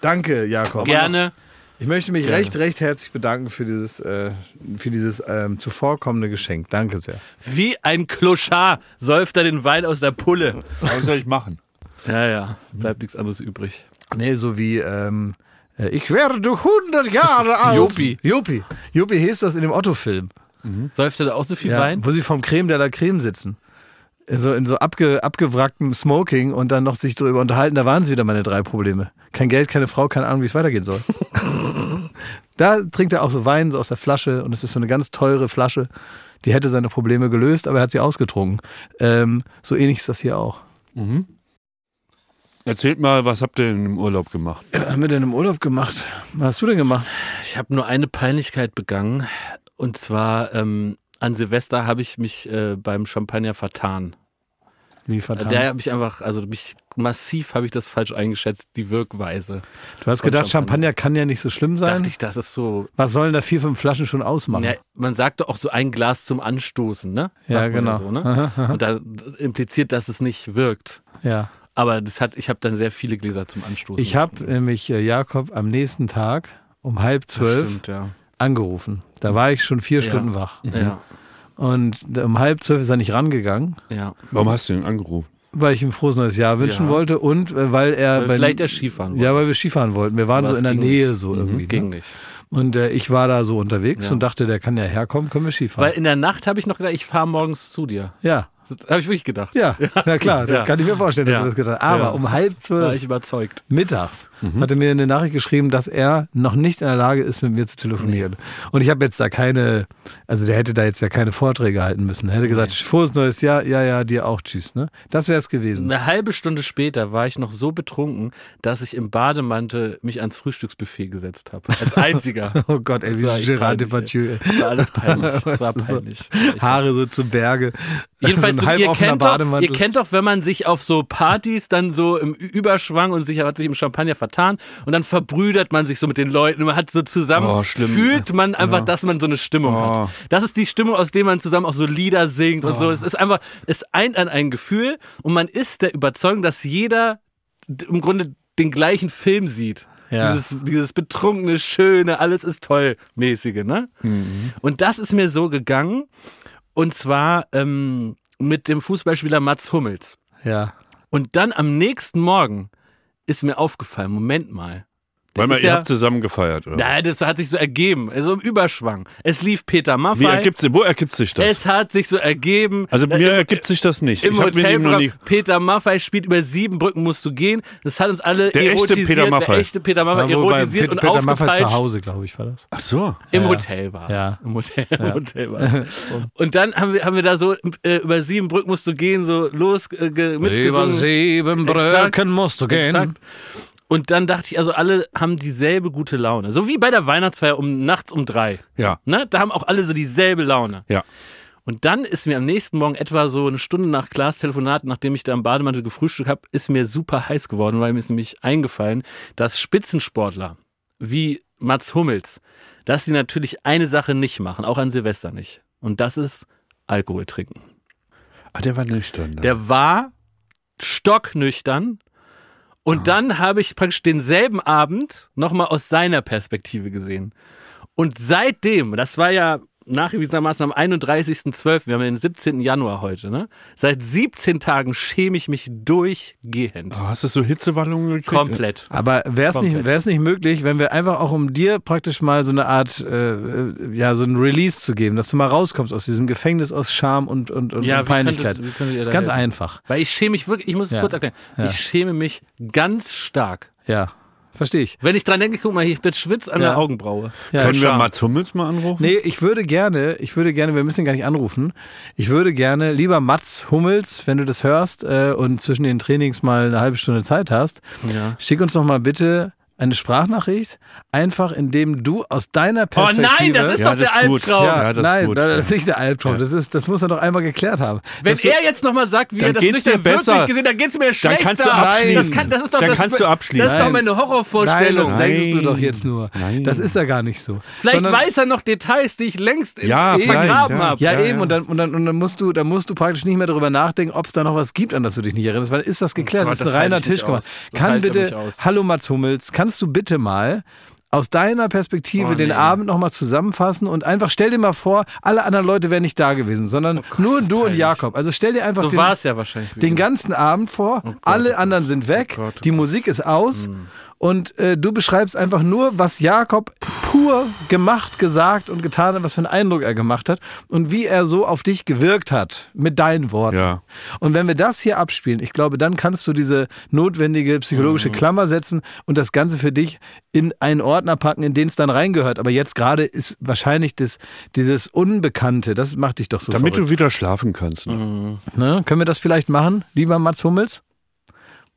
Danke, Jakob. Gerne. Ich möchte mich recht, recht herzlich bedanken für dieses, äh, für dieses ähm, zuvorkommende Geschenk. Danke sehr. Wie ein Kloschar säuft er den Wein aus der Pulle. Was soll ich machen? Ja, ja, bleibt nichts anderes übrig. Nee, so wie ähm, äh, ich werde 100 [LAUGHS] Jahre alt. Juppie. Juppie. Juppie hieß das in dem Otto-Film, Säuft er da auch so viel ja, Wein? wo sie vom Creme de la Creme sitzen. So in so abge, abgewracktem Smoking und dann noch sich darüber unterhalten. Da waren es wieder meine drei Probleme. Kein Geld, keine Frau, keine Ahnung, wie es weitergehen [LAUGHS] soll. da trinkt er auch so Wein so aus der Flasche und es ist so eine ganz teure Flasche. Die hätte seine Probleme gelöst, aber er hat sie ausgetrunken. Ähm, so ähnlich ist das hier auch. Erzählt mal, was habt ihr denn im Urlaub gemacht? Ja, haben wir denn im Urlaub gemacht? Was hast du denn gemacht? Ich habe nur eine Peinlichkeit begangen. Und zwar, ähm, an Silvester habe ich mich äh, beim Champagner vertan. Wie verdammt. Da habe ich einfach, also mich massiv habe ich das falsch eingeschätzt, die Wirkweise. du hast gedacht, Champagner kann ja nicht so schlimm sein. Dachte ich, das ist so. Was sollen da vier, fünf Flaschen schon ausmachen? Ja, man sagte auch so ein Glas zum Anstoßen, ne? Ja, Sagt man genau. ja So, ne? Und da impliziert, dass es nicht wirkt. Ja. Aber das hat, ich habe dann sehr viele Gläser zum Anstoßen. Ich habe nämlich äh, Jakob am nächsten Tag um halb Hm. Das zwölf Stimmt, ja. angerufen. Da war ich schon vier Ja. Stunden wach. Ja, Und um halb zwölf ist er nicht rangegangen, ja. Warum hast du ihn angerufen? weil ich ihm frohes neues Jahr wünschen Ja. wollte und äh, weil er. Weil bei- vielleicht er Skifahren wollte. Ja, weil wir Skifahren wollten. Wir waren Aber so es in der ging Nähe nicht. Mhm, so irgendwie. Ging ne? nicht. Und äh, ich war da so unterwegs Ja. und dachte, der kann ja herkommen, können wir Skifahren. Weil in der Nacht habe ich noch gedacht, ich fahre morgens zu dir. ja. Habe ich wirklich gedacht. Ja, na klar, [LAUGHS] Ja. das kann ich mir vorstellen, dass Ja. er das gedacht hat. Aber Ja. um halb War zwölf ich überzeugt. mittags hat er mir eine Nachricht geschrieben, dass er noch nicht in der Lage ist, mit mir zu telefonieren. Und ich habe jetzt da keine, also der hätte da jetzt ja keine Vorträge halten müssen. Er hätte gesagt, frohes neues Jahr, ja, ja, dir auch, tschüss. Ne? Das wäre es gewesen. Eine halbe Stunde später war ich noch so betrunken, dass ich im Bademantel mich ans Frühstücksbuffet gesetzt habe. Als einziger. Oh Gott, ey, [LAUGHS] wie Das war echt Gérard peinlich, Depardieu. Das war [LAUGHS] alles peinlich. Das war peinlich. ey. Haare so zu Berge. Jedenfalls, Also so so, ein ihr, halboffener kennt doch, ihr Bademantel. kennt doch, wenn man sich auf so Partys dann so im Ü- Überschwang und sich hat sich im Champagner vertan und dann verbrüdert man sich so mit den Leuten und man hat so zusammen, Oh, schlimm. fühlt man einfach, dass man so eine Stimmung Oh. hat. Das ist die Stimmung, aus der man zusammen auch so Lieder singt und so. Es ist einfach, es eint an ein Gefühl und man ist der Überzeugung, dass jeder d- im Grunde den gleichen Film sieht. Ja. Dieses, dieses betrunkene, schöne, alles ist toll mäßige, ne? Mhm. Und das ist mir so gegangen. Und zwar ähm, mit dem Fußballspieler Mats Hummels. Ja. Und dann am nächsten Morgen ist mir aufgefallen, Moment mal. Weil man, ist ihr ja- habt zusammen gefeiert, oder? Naja, das hat sich so ergeben. Also im Überschwang. Es lief Peter Wie Maffay. ergibt sich, wo ergibt sich das? Es hat sich so ergeben. also Äh, mir im- ergibt sich das nicht. im ich hab mit ihm noch nie. Hotel Peter Maffay spielt über sieben Brücken musst du gehen. Das hat uns alle Der echte erotisiert. Peter Maffay. Der echte Peter Maffay War wohl beim erotisiert Pet- und Peter Maffay zu aufgepeitscht. Hause, glaube ich, war das. Ach so. Im Hotel war es. Ja. Im Hotel, im [LAUGHS] Hotel war es. Und dann haben wir, haben wir da so äh, über sieben Brücken musst du gehen, so los äh, ge- mitgesungen. sieben Exakt. musst du Exakt. Und dann dachte ich, also alle haben dieselbe gute Laune. So wie bei der Weihnachtsfeier um nachts um drei. Ja. Ne? Da haben auch alle so dieselbe Laune. Ja. Und dann ist mir am nächsten Morgen, etwa so eine Stunde nach Klaas Telefonat, nachdem ich da am Bademantel gefrühstückt habe, ist mir super heiß geworden, weil mir ist nämlich eingefallen, dass Spitzensportler wie Mats Hummels, dass sie natürlich eine Sache nicht machen, auch an Silvester nicht. Und das ist Alkohol trinken. Ah, der war nüchtern. ne? Der war stocknüchtern. Und dann habe ich praktisch denselben Abend nochmal aus seiner Perspektive gesehen. Und seitdem, das war ja nachgewiesenermaßen am 31.12., wir haben ja den 17. Januar heute, ne? Seit 17 Tagen schäme ich mich durchgehend. Ah, oh, hast du so Hitzewallungen gekriegt? Komplett. Aber wäre es nicht, Komplett. wär's nicht möglich, wenn wir einfach auch um dir praktisch mal so eine Art, äh, ja, so ein Release zu geben, dass du mal rauskommst aus diesem Gefängnis aus Scham und, und, und, Ja, und wie Peinlichkeit? könntet- wie könntet ihr ist da ganz helfen? einfach. Weil ich schäme mich wirklich, ich muss es Ja. kurz erklären, Ja. ich schäme mich ganz stark. Ja, verstehe ich. Wenn ich dran denke, guck mal, hier, ich bin schwitz an Ja. der Augenbraue. Ja. Können wir Scham. Mats Hummels mal anrufen? Nee, ich würde gerne, ich würde gerne, wir müssen ihn gar nicht anrufen. Ich würde gerne, lieber Mats Hummels, wenn du das hörst äh, und zwischen den Trainings mal eine halbe Stunde Zeit hast, Ja. schick uns noch mal bitte eine Sprachnachricht, einfach indem du aus deiner Oh Perspektive nein, das ist Ja, doch das der ist gut. Albtraum. Ja, Ja, das ist nein, gut. das ist nicht der Albtraum. Das, ist, das muss er doch einmal geklärt haben. Wenn Das- er jetzt nochmal sagt, wie Dann er das geht's nicht dir besser. wirklich gesehen, dann geht's mir schlechter. kannst du Das, abschließen. kann, das ist doch Dann das, kannst du abschließen. Das ist doch Nein. meine nein, das Horrorvorstellung. Nein. denkst du doch jetzt nur. Nein. Das ist ja gar nicht so. Vielleicht Sondern- weiß er noch Details, die ich längst im- Ja, vielleicht, vergraben ja. habe. ja, Ja, eben, ja. Und, dann, und, dann, und dann musst du, dann musst du praktisch nicht mehr darüber nachdenken, ob es da noch was gibt, an das du dich nicht erinnerst, weil ist das geklärt, Oh Gott, das ist ein das halte reiner ich nicht Tisch gemacht. aus. Das Kann halte ich bitte, nicht aus. hallo Mats Hummels, kannst du bitte mal aus deiner Perspektive Oh, den nee. Abend nochmal zusammenfassen und einfach stell dir mal vor, alle anderen Leute wären nicht da gewesen, sondern nur Oh das ist du und peinlich. Jakob. Also stell dir einfach So den, war es ja wahrscheinlich. den ganzen Abend vor, alle anderen sind weg, Oh Gott, Hm. oh die Musik ist aus und äh, du beschreibst einfach nur, was Jakob pur gemacht, gesagt und getan hat, was für einen Eindruck er gemacht hat und wie er so auf dich gewirkt hat mit deinen Worten. Ja. Und wenn wir das hier abspielen, ich glaube, dann kannst du diese notwendige Hm. psychologische Klammer setzen und das Ganze für dich in einen Ordner packen, in den es dann reingehört. Aber jetzt gerade ist wahrscheinlich das, dieses Unbekannte, das macht dich doch so Damit verrückt. du wieder schlafen kannst. Mhm. Ne? Ne? Können wir das vielleicht machen, lieber Mats Hummels?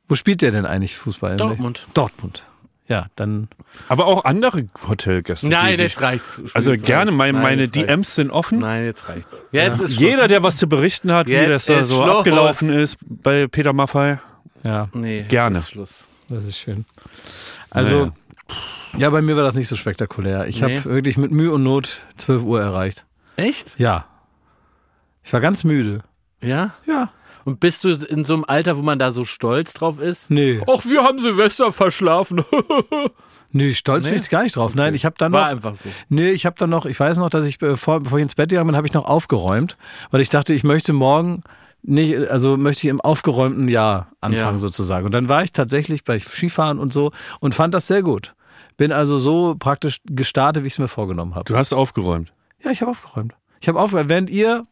Wo spielt der denn eigentlich Fußball? Dortmund. Dortmund. Ja, dann Aber auch andere Hotelgäste. Nein, die jetzt dich- reicht's. Also Jetzt gerne, reicht's. mein, Nein, meine jetzt reicht's. DMs sind offen. Nein, jetzt reicht's. Jetzt ist Schluss. Jeder, der was zu berichten hat, wie Jetzt das da ist so Schluss. abgelaufen ist bei Peter Maffei. ja, Nee, jetzt Gerne. Ist Schluss. das ist schön. Also Naja. ja, bei mir war das nicht so spektakulär. Ich Nee. habe wirklich mit Mühe und Not 12 Uhr erreicht. Echt? Ja. Ich war ganz müde. Ja? Ja. Und bist du in so einem Alter, wo man da so stolz drauf ist? Nee. Ach, wir haben Silvester verschlafen. [LAUGHS] Nee, stolz bin Nee? ich gar nicht drauf. Nein, ich habe dann War noch einfach so. Nee, ich habe dann noch, ich weiß noch, dass ich äh, vor, bevor ich ins Bett gegangen bin, habe ich noch aufgeräumt, weil ich dachte, ich möchte morgen nicht, also möchte ich im aufgeräumten Jahr anfangen Ja. sozusagen. Und dann war ich tatsächlich bei Skifahren und so und fand das sehr gut. Bin also so praktisch gestartet, wie ich es mir vorgenommen habe. Du hast aufgeräumt. Ja, ich habe aufgeräumt. Ich habe aufgeräumt. Während ihr,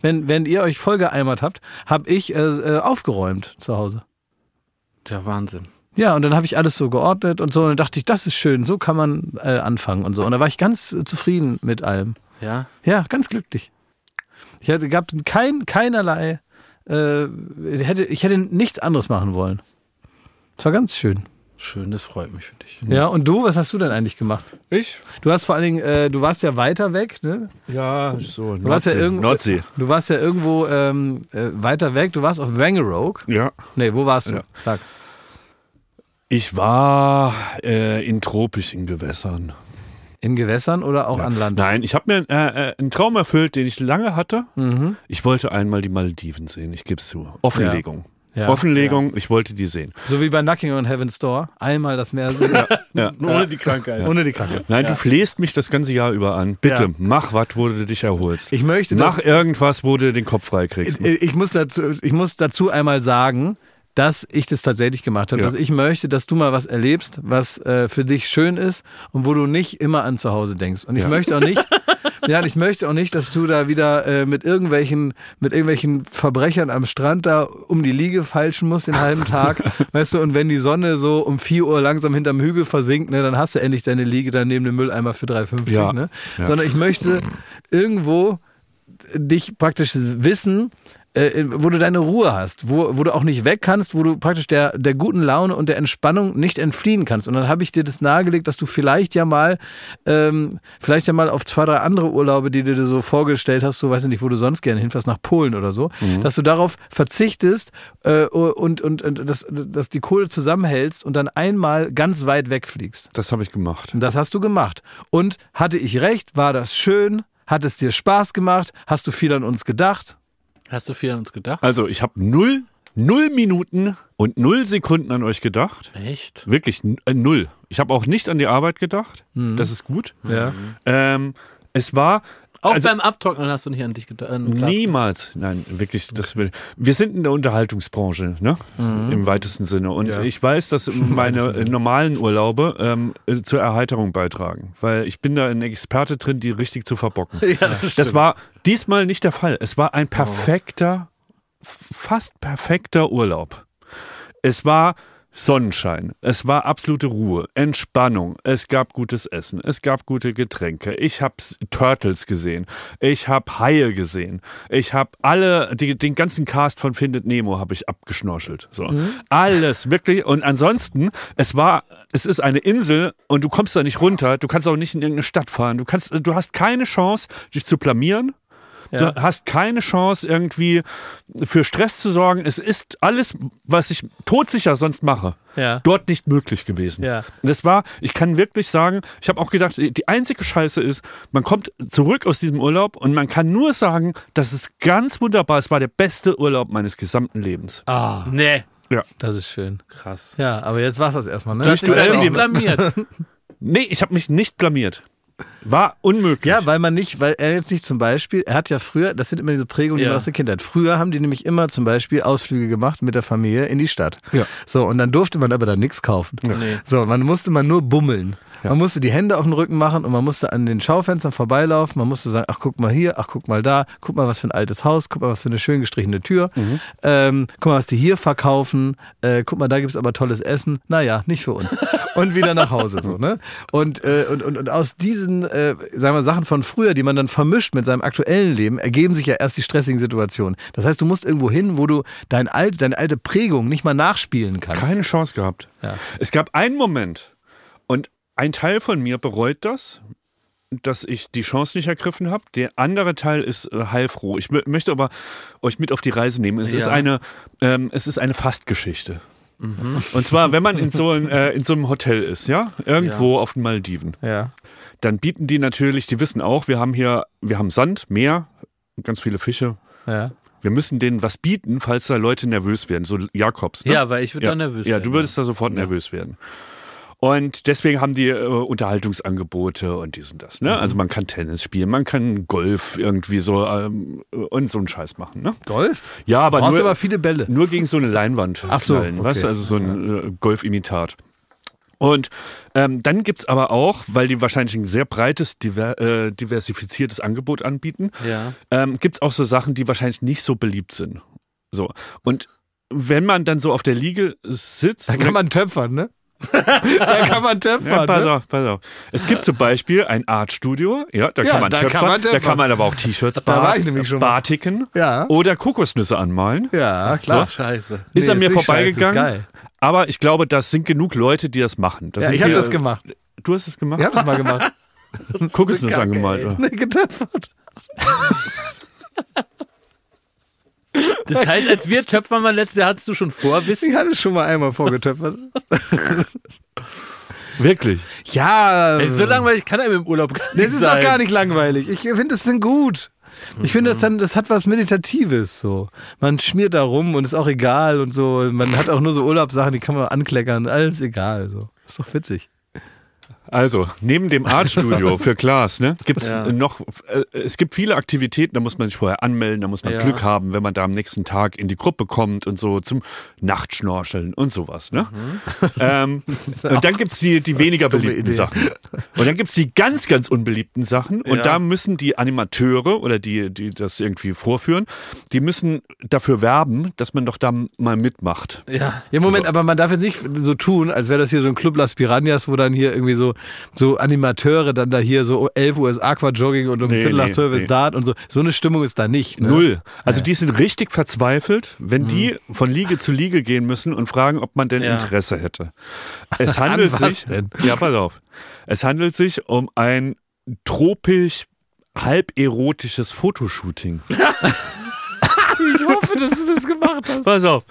wenn, während ihr euch vollgeeimert habt, habe ich äh, äh, aufgeräumt zu Hause. Der Wahnsinn. Ja, und dann habe ich alles so geordnet und so. Und dann dachte ich, das ist schön, so kann man äh, anfangen und so. Und da war ich ganz äh, zufrieden mit allem. Ja? Ja, ganz glücklich. Ich hatte, gab kein, keinerlei, äh, hätte, ich hätte nichts anderes machen wollen. Es war ganz schön. Schön, das freut mich für dich. Mhm. Ja, und du, was hast du denn eigentlich gemacht? Ich? Du hast vor allen Dingen, äh, du warst ja weiter weg, ne? Ja, so. Du warst ja, irgendwo- Nordsee. du warst ja irgendwo ähm, äh, weiter weg, du warst auf Wangeroog. Ja. Nee, wo warst du? Ja. Sag. Ich war äh, in tropischen Gewässern. In Gewässern oder auch an Land? Nein, ich habe mir äh, äh, einen Traum erfüllt, den ich lange hatte. Ich wollte einmal die Maldiven sehen, ich gebe es zu. Offenlegung. Ja. Offenlegung, ich wollte die sehen. So wie bei Knocking on Heaven's Door. Einmal das [LAUGHS] Meer sehen, Ja. Ohne die Krankheit. ohne die Kacke. Nein, du flehst mich das ganze Jahr über an. Bitte, Ja. mach was, wo du dich erholst. Ich möchte, dass- Mach irgendwas, wo du den Kopf freikriegst. Ich- Äh, ich muss dazu, ich muss dazu einmal sagen, dass ich das tatsächlich gemacht habe. Ja. Dass ich möchte, dass du mal was erlebst, was äh, für dich schön ist und wo du nicht immer an zu Hause denkst. Und ich möchte auch nicht, ja, und ich möchte auch nicht, dass du da wieder äh, mit irgendwelchen, mit irgendwelchen Verbrechern am Strand da um die Liege falschen musst den halben Tag, weißt du. Und wenn die Sonne so um 4 Uhr langsam hinterm Hügel versinkt, ne, dann hast du endlich deine Liege daneben den Mülleimer für 3,50. Ja. Ne? Sondern ich möchte irgendwo dich praktisch wissen, äh, wo du deine Ruhe hast, wo, wo du auch nicht weg kannst, wo du praktisch der, der guten Laune und der Entspannung nicht entfliehen kannst. Und dann habe ich dir das nahegelegt, dass du vielleicht ja mal, ähm, vielleicht ja mal auf zwei, drei andere Urlaube, die du dir so vorgestellt hast, so weiß ich nicht, wo du sonst gerne hinfährst, nach Polen oder so, Mhm. dass du darauf verzichtest äh, und, und, und dass, dass die Kohle zusammenhältst und dann einmal ganz weit wegfliegst. Das habe ich gemacht. Und das hast du gemacht. Und hatte ich recht, war das schön, hat es dir Spaß gemacht, hast du viel an uns gedacht? Hast du viel an uns gedacht? Also, ich habe null, null Minuten und null Sekunden an euch gedacht. Echt? Wirklich n- äh, null. Ich habe auch nicht an die Arbeit gedacht. Das ist gut. Ja. Ähm, es war Auch Also- beim Abtrocknen hast du nicht an dich gedacht. an Glas niemals, nein, wirklich, das will. Wir sind in der Unterhaltungsbranche, ne? Im weitesten Sinne. Und ich weiß, dass meine äh, normalen Urlaube ähm, äh, zur Erheiterung beitragen, weil ich bin da ein Experte drin, die richtig zu verbocken. das, war diesmal nicht der Fall. Es war ein perfekter, f- fast perfekter Urlaub. Es war Sonnenschein, es war absolute Ruhe, Entspannung, es gab gutes Essen, es gab gute Getränke, ich habe Turtles gesehen, ich habe Haie gesehen, ich habe alle, die, den ganzen Cast von Findet Nemo habe ich abgeschnorchelt. So. Alles, wirklich. Und ansonsten, es war, es ist eine Insel und du kommst da nicht runter, du kannst auch nicht in irgendeine Stadt fahren, du, kannst, du hast keine Chance, dich zu blamieren. Du hast keine Chance, irgendwie für Stress zu sorgen. Es ist alles, was ich todsicher sonst mache, Ja. dort nicht möglich gewesen. Ja. Und Das war, ich kann wirklich sagen, ich habe auch gedacht, die einzige Scheiße ist, man kommt zurück aus diesem Urlaub und man kann nur sagen, das ist ganz wunderbar. Es war der beste Urlaub meines gesamten Lebens. gießen. Nee. Das ist schön. Krass. Ja, aber jetzt war's das erstmal, ne? Das Ich bin Duell- nicht blamiert. [LAUGHS] Nee, ich habe mich nicht blamiert. War unmöglich. ja, weil man nicht, weil er jetzt nicht zum Beispiel, er hat ja früher, das sind immer diese Prägungen, die Ja. man aus der Kindheit. Früher haben die nämlich immer zum Beispiel Ausflüge gemacht mit der Familie in die Stadt. Ja. So, und dann durfte man aber da nichts kaufen. Nee. So, man musste man nur bummeln. Man musste die Hände auf den Rücken machen und man musste an den Schaufenstern vorbeilaufen. Man musste sagen, ach guck mal hier, ach guck mal da, guck mal was für ein altes Haus, guck mal was für eine schön gestrichene Tür, ähm, guck mal was die hier verkaufen, äh, guck mal da gibt's aber tolles Essen. Naja, nicht für uns. Und wieder nach Hause so, ne? Und, äh, und, und, und aus diesen, äh, sagen wir, Sachen von früher, die man dann vermischt mit seinem aktuellen Leben, ergeben sich ja erst die stressigen Situationen. Das heißt, du musst irgendwo hin, wo du dein alt, deine alte Prägung nicht mal nachspielen kannst. Keine Chance gehabt. Es gab einen Moment, ein Teil von mir bereut das, dass ich die Chance nicht ergriffen habe. Der andere Teil ist äh, heilfroh. Ich mö- möchte aber euch mit auf die Reise nehmen. Es ist Ja. eine, ähm, es ist eine Fastgeschichte. Und zwar, wenn man in so, ein, äh, in so einem Hotel ist, ja, irgendwo auf den Maldiven, Ja. dann bieten die natürlich, die wissen auch, wir haben hier, wir haben Sand, Meer, ganz viele Fische. Ja. Wir müssen denen was bieten, falls da Leute nervös werden, so Jakobs. Ne? Ja, weil ich würde da nervös Ja, werden, du würdest da sofort nervös werden. Und deswegen haben die äh, Unterhaltungsangebote und dies und das. Ne? Also man kann Tennis spielen, man kann Golf irgendwie so ähm, und so einen Scheiß machen. Ne? Golf? Ja, aber Brauchst nur, aber viele Bälle. nur gegen so eine Leinwand Ach so, knallen, weißt okay. du? Also so ein äh, Golfimitat. Und ähm, dann gibt's aber auch, weil die wahrscheinlich ein sehr breites, diver äh, diversifiziertes Angebot anbieten, Ja. ähm, gibt's auch so Sachen, die wahrscheinlich nicht so beliebt sind. So. Und wenn man dann so auf der Liege sitzt. Da kann man töpfern, ne? da kann man töpfern. ja, pass ne? auf, pass auf. Es gibt zum Beispiel ein Artstudio, ja, da Ja, kann man da kann töpfern, man da töpfern. kann man aber auch T-Shirts Da war bar- ich nämlich schon mal. bartiken Ja. oder Kokosnüsse anmalen. Ja, klar. Das scheiße. Ist Nee, an ist mir nicht scheiße, vorbeigegangen. ist aber ich glaube, das sind genug Leute, die das machen. Das Ja, sind ich habe hier- das gemacht. Du hast es gemacht? Ich habe das mal gemacht. Kokosnuss angemalt. oder? [LAUGHS] Nee, getöpfert. Das heißt, als wir Töpfern waren letztes Jahr, hattest du schon Vorwissen? [LAUGHS] Ich hatte schon mal einmal [LAUGHS] vorgetöpfert. Wirklich. Ja. Ey, Also so langweilig kann einem im Urlaub gar nicht Das ist sein. doch gar nicht langweilig. Ich finde das dann gut. Ich finde das Mhm. dann, das hat was Meditatives so. Man schmiert da rum und ist auch egal und so. Man hat auch nur so Urlaubssachen, die kann man ankleckern, alles egal. So. Ist doch witzig. Also, neben [LAUGHS] dem Artstudio für Klaas, ne, gibt's Ja. noch, äh, es gibt viele Aktivitäten, da muss man sich vorher anmelden, da muss man Ja. Glück haben, wenn man da am nächsten Tag in die Gruppe kommt und so zum Nachtschnorcheln und sowas, ne? Mhm. [LAUGHS] Ähm, und dann gibt's die, die weniger beliebten Idee. Sachen. Und dann gibt's die ganz, ganz unbeliebten Sachen und Ja. da müssen die Animateure oder die, die das irgendwie vorführen, die müssen dafür werben, dass man doch da mal mitmacht. Ja. Ja, Moment, aber man darf jetzt nicht so tun, als wäre das hier so ein Club Las Piranhas, wo dann hier irgendwie so, so Animateure dann da hier so 11 Uhr ist Aquajogging und um Nee, Viertel nee, nach zwölf nee. ist Dart und so. So eine Stimmung ist da nicht. Ne? Mhm. Null. Also die sind richtig verzweifelt, wenn die von Liege zu Liege gehen müssen und fragen, ob man denn Ja. Interesse [LAUGHS] hätte. Es handelt was sich. denn? Ja, pass auf. Es handelt sich um ein tropisch halberotisches Fotoshooting. [LAUGHS] Ich hoffe, dass du das gemacht hast. Pass auf.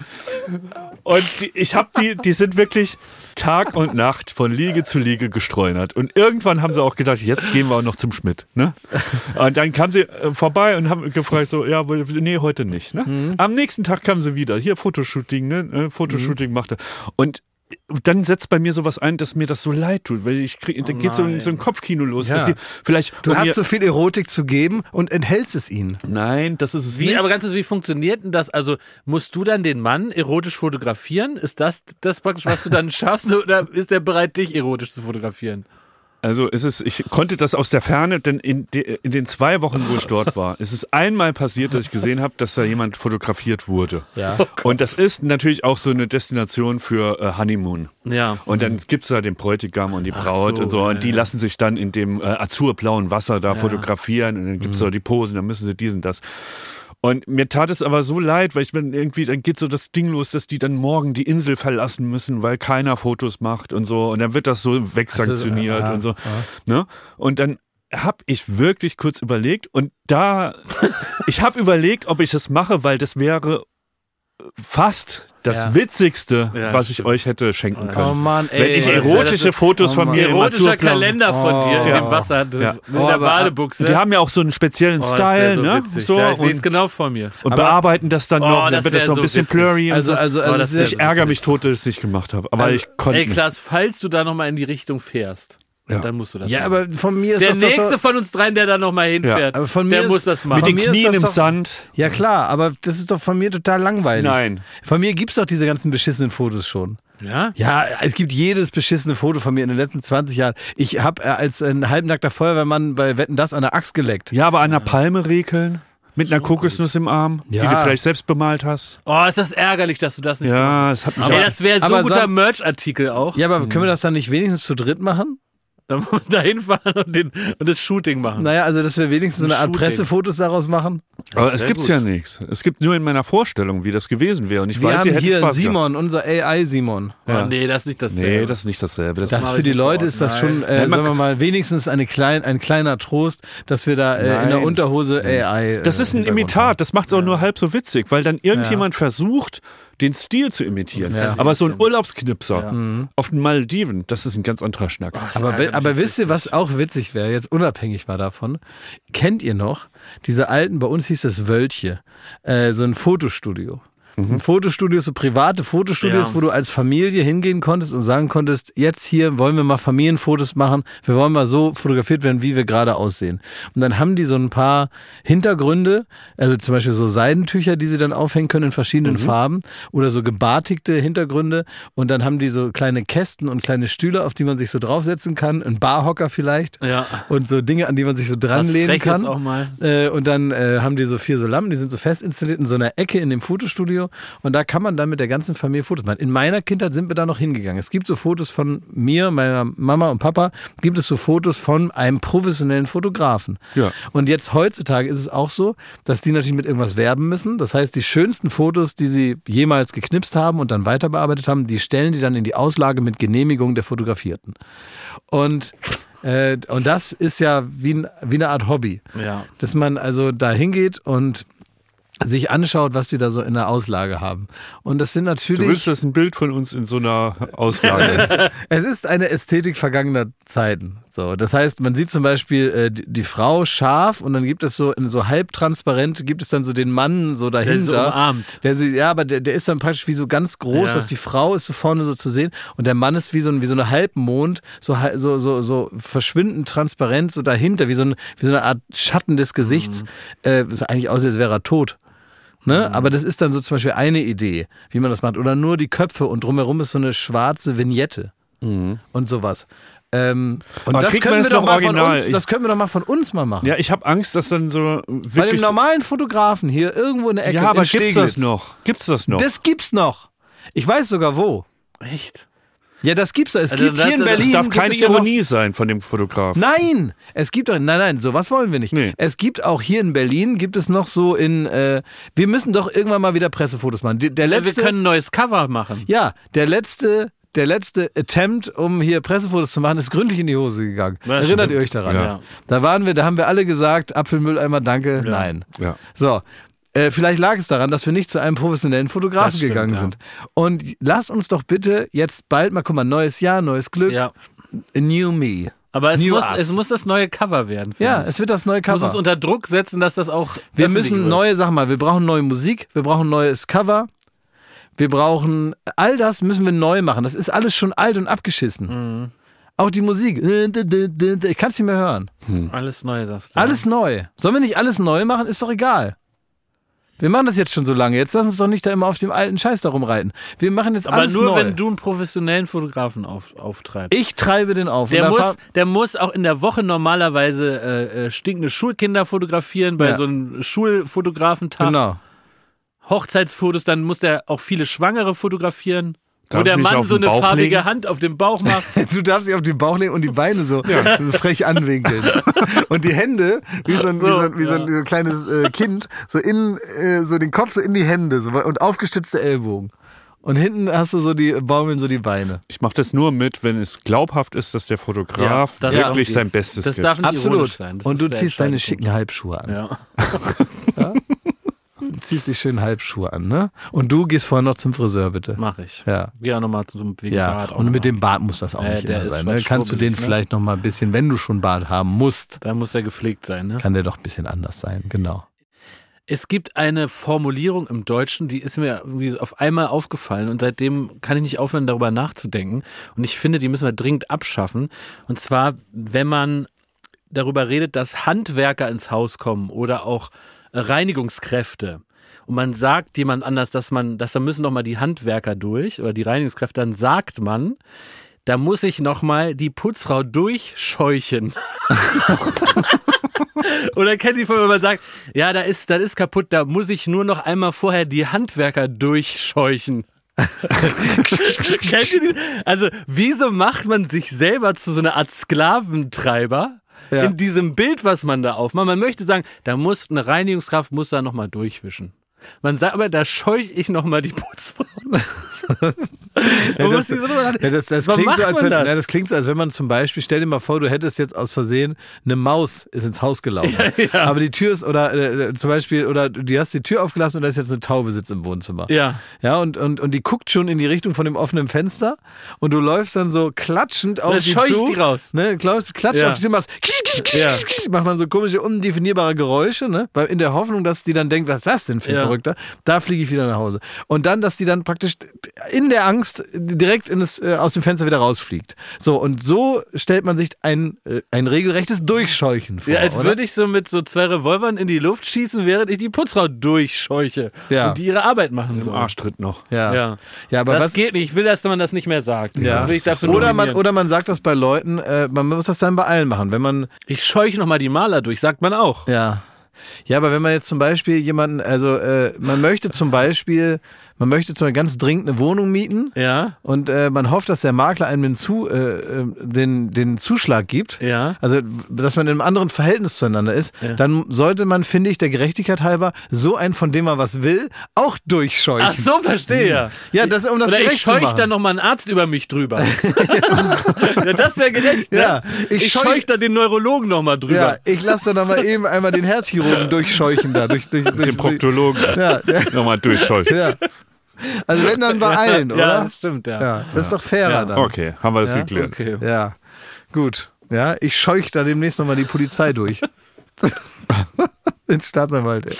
Und die, ich habe die, die sind wirklich Tag und Nacht von Liege zu Liege gestreunert. Und irgendwann haben sie auch gedacht, jetzt gehen wir auch noch zum Schmidt. Ne? Und dann kamen sie äh, vorbei und haben gefragt, so, ja, wohl- nee, heute nicht. Ne? Mhm. Am nächsten Tag kamen sie wieder. Hier Fotoshooting, ne? Äh, Fotoshooting Mhm. machte. Und dann setzt bei mir sowas ein, dass mir das so leid tut, weil ich krieg, da geht so ein, so ein Kopfkino los, Oh Ja. dass sie vielleicht. Du bei mir, hast so viel Erotik zu geben und enthältst es ihnen. nein, das ist es Wie, nicht. aber ganz kurz, wie funktioniert denn das? Also, musst du dann den Mann erotisch fotografieren? Ist das das praktisch, was du [LAUGHS] dann schaffst? Oder ist er bereit, dich erotisch zu fotografieren? Also ist es, ich konnte das aus der Ferne, denn in, de, in den zwei Wochen, wo ich dort war, ist es einmal passiert, dass ich gesehen habe, dass da jemand fotografiert wurde. Ja. Und das ist natürlich auch so eine Destination für äh, Honeymoon. Ja. Und dann gibt's da den Bräutigam und die Braut so, und so. ja, Und die lassen sich dann in dem äh, azurblauen Wasser da fotografieren. Und dann gibt's da die Posen, dann müssen sie dies und das. Und mir tat es aber so leid, weil ich bin irgendwie, dann geht so das Ding los, dass die dann morgen die Insel verlassen müssen, weil keiner Fotos macht und so. Und dann wird das so wegsanktioniert ja, und so. Ne? Und dann habe ich wirklich kurz überlegt und da, ich habe überlegt, ob ich es mache, weil das wäre fast das Ja. Witzigste, Ja, was ich euch hätte schenken können. Oh Mann, ey. Wenn ich das wär das erotische so- Fotos oh von Mann. mir im Erotischer Azurplan- Kalender von dir in Ja. dem Wasser, Ja. mit Oh, der aber- Badebuchse. Die haben ja auch so einen speziellen oh, das wär Style, so ne? Witzig. So ja, ich sehe es und, genau vor mir. und bearbeiten das dann Oh, noch, dann das wird das wär so ein so bisschen witzig. blurry. und Also, so. Also, also, also, Oh, es das ist wär ja- so ich ärgere mich tot, dass ich es nicht gemacht habe, aber ich konnte. Ey, nicht. Klaas, falls du da nochmal in die Richtung fährst, dann musst du das Ja, machen. aber von mir ist der das doch- nächste von uns dreien, der da nochmal hinfährt, aber von mir der ist- muss das Mit machen. Von den mir ist Knien das im doch- Sand. Ja klar, aber das ist doch von mir total langweilig. Nein. Von mir gibt's doch diese ganzen beschissenen Fotos schon. Ja? Ja, es gibt jedes beschissene Foto von mir in den letzten 20 Jahren. Ich habe als ein halbnackter Feuerwehrmann bei Wetten das an der Axt geleckt. Ja, aber an der Palme rekeln, mit einer Kokosnuss im Arm, die Ja. du vielleicht selbst bemalt hast. Oh, ist das ärgerlich, dass du das nicht machst. Ja, es hat mich Ey, auch. das wäre so aber ein guter sag- Merch-Artikel auch. Mhm. Ja, aber können wir das dann nicht wenigstens zu dritt machen? Dann wollen wir da hinfahren und, den, und das Shooting machen. Naja, also dass wir wenigstens so eine Art Shooting. Pressefotos daraus machen. Aber es sehr gibt's gut. ja nichts. Es gibt nur in meiner Vorstellung, wie das gewesen wäre. Und ich Wir weiß, ihr haben hättet hier Spaß gehabt. Simon, unser AI-Simon. Ja. Oh, nee, das ist nicht dasselbe. Nee, das ist nicht dasselbe. Das Das macht- für die Leute ist das schon, äh, Nein, man- sagen wir mal, wenigstens eine klein, ein kleiner Trost, dass wir da äh, in der Nein. Unterhose AI. Äh, das ist im ein Hintergrund Imitat, das macht's auch nur halb so witzig, weil dann irgendjemand versucht, den Stil zu imitieren. Aber so ein Urlaubsknipser Mhm. auf den Maldiven, das ist ein ganz anderer Schnack. haben. Aber, wi- aber wisst ihr, was auch witzig wäre, jetzt unabhängig mal davon? Kennt ihr noch diese alten, bei uns hieß das Wöltje, äh, so ein Fotostudio? Mhm. Ein Fotostudio, so private Fotostudios, Ja. wo du als Familie hingehen konntest und sagen konntest, jetzt hier wollen wir mal Familienfotos machen, wir wollen mal so fotografiert werden, wie wir gerade aussehen. Und dann haben die so ein paar Hintergründe, also zum Beispiel so Seidentücher, die sie dann aufhängen können in verschiedenen Mhm. Farben oder so gebartigte Hintergründe und dann haben die so kleine Kästen und kleine Stühle, auf die man sich so draufsetzen kann, ein Barhocker vielleicht Ja. und so Dinge, an die man sich so dranlehnen Freches kann. auch mal. Äh, und dann äh, haben die so vier so Lampen, die sind so fest installiert in so einer Ecke in dem Fotostudio. Und da kann man dann mit der ganzen Familie Fotos machen. In meiner Kindheit sind wir da noch hingegangen. Es gibt so Fotos von mir, meiner Mama und Papa, gibt es so Fotos von einem professionellen Fotografen. Ja. Und jetzt heutzutage ist es auch so, dass die natürlich mit irgendwas werben müssen. Das heißt, die schönsten Fotos, die sie jemals geknipst haben und dann weiterbearbeitet haben, die stellen die dann in die Auslage mit Genehmigung der Fotografierten. Und, äh, und das ist ja wie, ein, wie eine Art Hobby. Ja. Dass man also da hingeht und sich anschaut, was die da so in der Auslage haben. Und das sind Du natürlich. willst, dass ein Bild von uns in so einer Auslage ist. [LAUGHS] [LAUGHS] Es ist eine Ästhetik vergangener Zeiten. So, das heißt, man sieht zum Beispiel äh, die, die Frau scharf und dann gibt es so in so halbtransparent gibt es dann so den Mann so dahinter, so umarmt. der sie, ja, aber der, der ist dann praktisch wie so ganz groß, Ja. dass die Frau ist so vorne so zu sehen und der Mann ist wie so ein wie so eine Halbmond, so hal- so so, so verschwindend transparent so dahinter, wie so, ein, wie so eine Art Schatten des Gesichts, Mhm. äh, was eigentlich aussieht, als wäre er tot. Ne? Mhm. Aber das ist dann so zum Beispiel eine Idee, wie man das macht. Oder nur die Köpfe und drumherum ist so eine schwarze Vignette und sowas. Ähm, und Mhm. Aber das kriegt können, man wir das doch noch mal von original? uns, Ich- das können wir doch mal von uns mal machen. Ja, ich habe Angst, dass dann so Bei dem wirklich. normalen Fotografen hier irgendwo in der Ecke. ja, aber in gibt's Steglitz. das noch? Gibt's das noch? Das gibt's noch. Ich weiß sogar wo. Echt? Ja, das gibt's doch. Es Also gibt das- hier in das Berlin. es darf gibt keine es ja noch- Ironie sein von dem Fotografen. Nein, es gibt doch, nein, nein, sowas wollen wir nicht. Nee. Es gibt auch hier in Berlin, gibt es noch so in, äh, wir müssen doch irgendwann mal wieder Pressefotos machen. Der, der Ja, wir letzte, können ein neues Cover machen. Ja, der letzte, der letzte Attempt, um hier Pressefotos zu machen, ist gründlich in die Hose gegangen. Das Erinnert ihr stimmt. euch daran? Ja. Da waren wir, da haben wir alle gesagt, Apfelmülleimer, danke, nein. Ja. So. äh, Vielleicht lag es daran, dass wir nicht zu einem professionellen Fotografen Das stimmt, gegangen ja. sind. Und lasst uns doch bitte jetzt bald mal, guck mal, neues Jahr, neues Glück, Ja. a new me. Aber es New muss, Us. es muss das neue Cover werden. für Ja, uns. es wird das neue Wir müssen uns Cover. unter Druck setzen, dass das auch. Wir öffentlich müssen wird. neue Sachen mal. Wir brauchen neue Musik, wir brauchen neues Cover, wir brauchen all das müssen wir neu machen. Das ist alles schon alt und abgeschissen. Mhm. Auch die Musik. Ich kann es nicht mehr hören. Alles neu, sagst du. Alles neu. Sollen wir nicht alles neu machen? Ist doch egal. Wir machen das jetzt schon so lange. Jetzt lass uns doch nicht da immer auf dem alten Scheiß da rumreiten. Wir machen jetzt Aber alles nur, neu. wenn du einen professionellen Fotografen auf, auftreibst. ich treibe den auf. Der Und da muss, fahr- der muss auch in der Woche normalerweise äh, äh, stinkende Schulkinder fotografieren bei Ja. so einem Schulfotografentag. genau. Hochzeitsfotos, dann muss der auch viele Schwangere fotografieren. Darf wo der ich mich Mann auf so den eine Bauch farbige legen? Hand auf dem Bauch [LAUGHS] macht. Du darfst dich auf den Bauch legen und die Beine so frech anwinkeln. Und die Hände, wie so ein, wie so, ein- wie so ein, wie so ein kleines äh, Kind, so in äh, so den Kopf so in die Hände so, und aufgestützte Ellbogen. Und hinten hast du so die baumeln so die Beine. Ich mache das nur mit, wenn es glaubhaft ist, dass der Fotograf Ja, das- wirklich ja, sein Bestes das gibt. darf nicht Absolut. ironisch sein. Das und ist du der ziehst deine entscheidende schicken Halbschuhe an. Punkt. Ja. Du ziehst die schönen Halbschuhe an, ne? Und du gehst vorher noch zum Friseur, bitte. Mach ich. Ja. Geh auch nochmal zum Wegen Ja, Bart auch und mit noch. dem Bart muss das auch Äh, nicht der immer ist sein. schon Ne? Kannst du den schwubbelig, ne? vielleicht noch mal ein bisschen, wenn du schon Bart haben musst, Da muss er gepflegt sein, ne? kann der doch ein bisschen anders sein. Genau. Es gibt eine Formulierung im Deutschen, die ist mir irgendwie auf einmal aufgefallen und seitdem kann ich nicht aufhören, darüber nachzudenken. Und ich finde, die müssen wir dringend abschaffen. Und zwar, wenn man darüber redet, dass Handwerker ins Haus kommen oder auch äh, Reinigungskräfte. Und man sagt jemand anders, dass man, dass da müssen noch mal die Handwerker durch oder die Reinigungskräfte, dann sagt man, da muss ich noch mal die Putzfrau durchscheuchen. [LAUGHS] Oder kennt die von, wenn man sagt, ja, da ist, das ist kaputt, da muss ich nur noch einmal vorher die Handwerker durchscheuchen. [LAUGHS] Kennt ihr die? Also, wieso macht man sich selber zu so einer Art Sklaventreiber? Ja. In diesem Bild, was man da aufmacht. Man möchte sagen, da muss eine Reinigungskraft muss da nochmal durchwischen. Man sagt aber, da scheuche ich nochmal [LAUGHS] die Putzfrau. das, ja, das, das, klingt so, als wenn, das? Ja, das klingt so, als wenn man zum Beispiel, stell dir mal vor, du hättest jetzt aus Versehen eine Maus ist ins Haus [LAUGHS] gelaufen. Aber die Tür ist, oder äh, zum Beispiel, oder du hast die Tür aufgelassen und da ist jetzt eine Taube sitzt im Wohnzimmer. Ja. Ja, und, und, und die guckt schon in die Richtung von dem offenen Fenster und du läufst dann so klatschend auf Dann sie scheuch ich zu. die raus. Ne, klaust, klatscht Ja. auf die Tür, machst, Ja. macht man so komische, undefinierbare Geräusche, ne? Weil in der Hoffnung, dass die dann denkt, was ist das denn für ein Ja. Verrückter? Da fliege ich wieder nach Hause. Und dann, dass die dann praktisch in der Angst direkt in das, äh, aus dem Fenster wieder rausfliegt. So, und so stellt man sich ein, äh, ein regelrechtes Durchscheuchen vor. Ja, als Genau, oder? würde ich so mit so zwei Revolvern in die Luft schießen, während ich die Putzfrau durchscheuche Ja. und die ihre Arbeit machen soll. Arschtritt noch. ja. Ja. ja. aber das was, geht nicht. Ich will, dass man das nicht mehr sagt. Das will ich dafür oder, man, nominieren. oder man sagt das bei Leuten, äh, man muss das dann bei allen machen. Wenn man, Ich scheuche nochmal die Maler durch, sagt man auch. Ja. Ja, aber wenn man jetzt zum Beispiel jemanden, also äh, man möchte zum Beispiel, man möchte zum Beispiel ganz dringend eine Wohnung mieten Ja. und äh, man hofft, dass der Makler einem den, zu, äh, äh, den, den Zuschlag gibt. Ja. Also, dass man in einem anderen Verhältnis zueinander ist, dann sollte man, finde ich, der Gerechtigkeit halber so einen, von dem man was will, auch durchscheuchen. Ach so, verstehe. Ja, Ja, das, um das Oder ich gerecht zu scheuche machen. dann nochmal einen Arzt über mich [LAUGHS] drüber. ja, das wäre gerecht, ne? Ja, Ich, ich scheuch scheuch- scheuche dann den Neurologen nochmal Ja, drüber. ich lasse dann aber eben einmal den Herzchirurgen durchscheuchen da. Durch, durch, durch, Den Proktologen. Ja, ja, Nochmal durchscheuchen. ja. Also wenn dann bei allen, ja, oder? das stimmt, ja. Ja, das ist doch fairer Ja. dann. Okay, haben wir das Ja, geklärt. Okay. Ja, gut. Ja, ich scheuche da demnächst nochmal die Polizei [LAUGHS] durch. Ins Staatsanwalt, ey.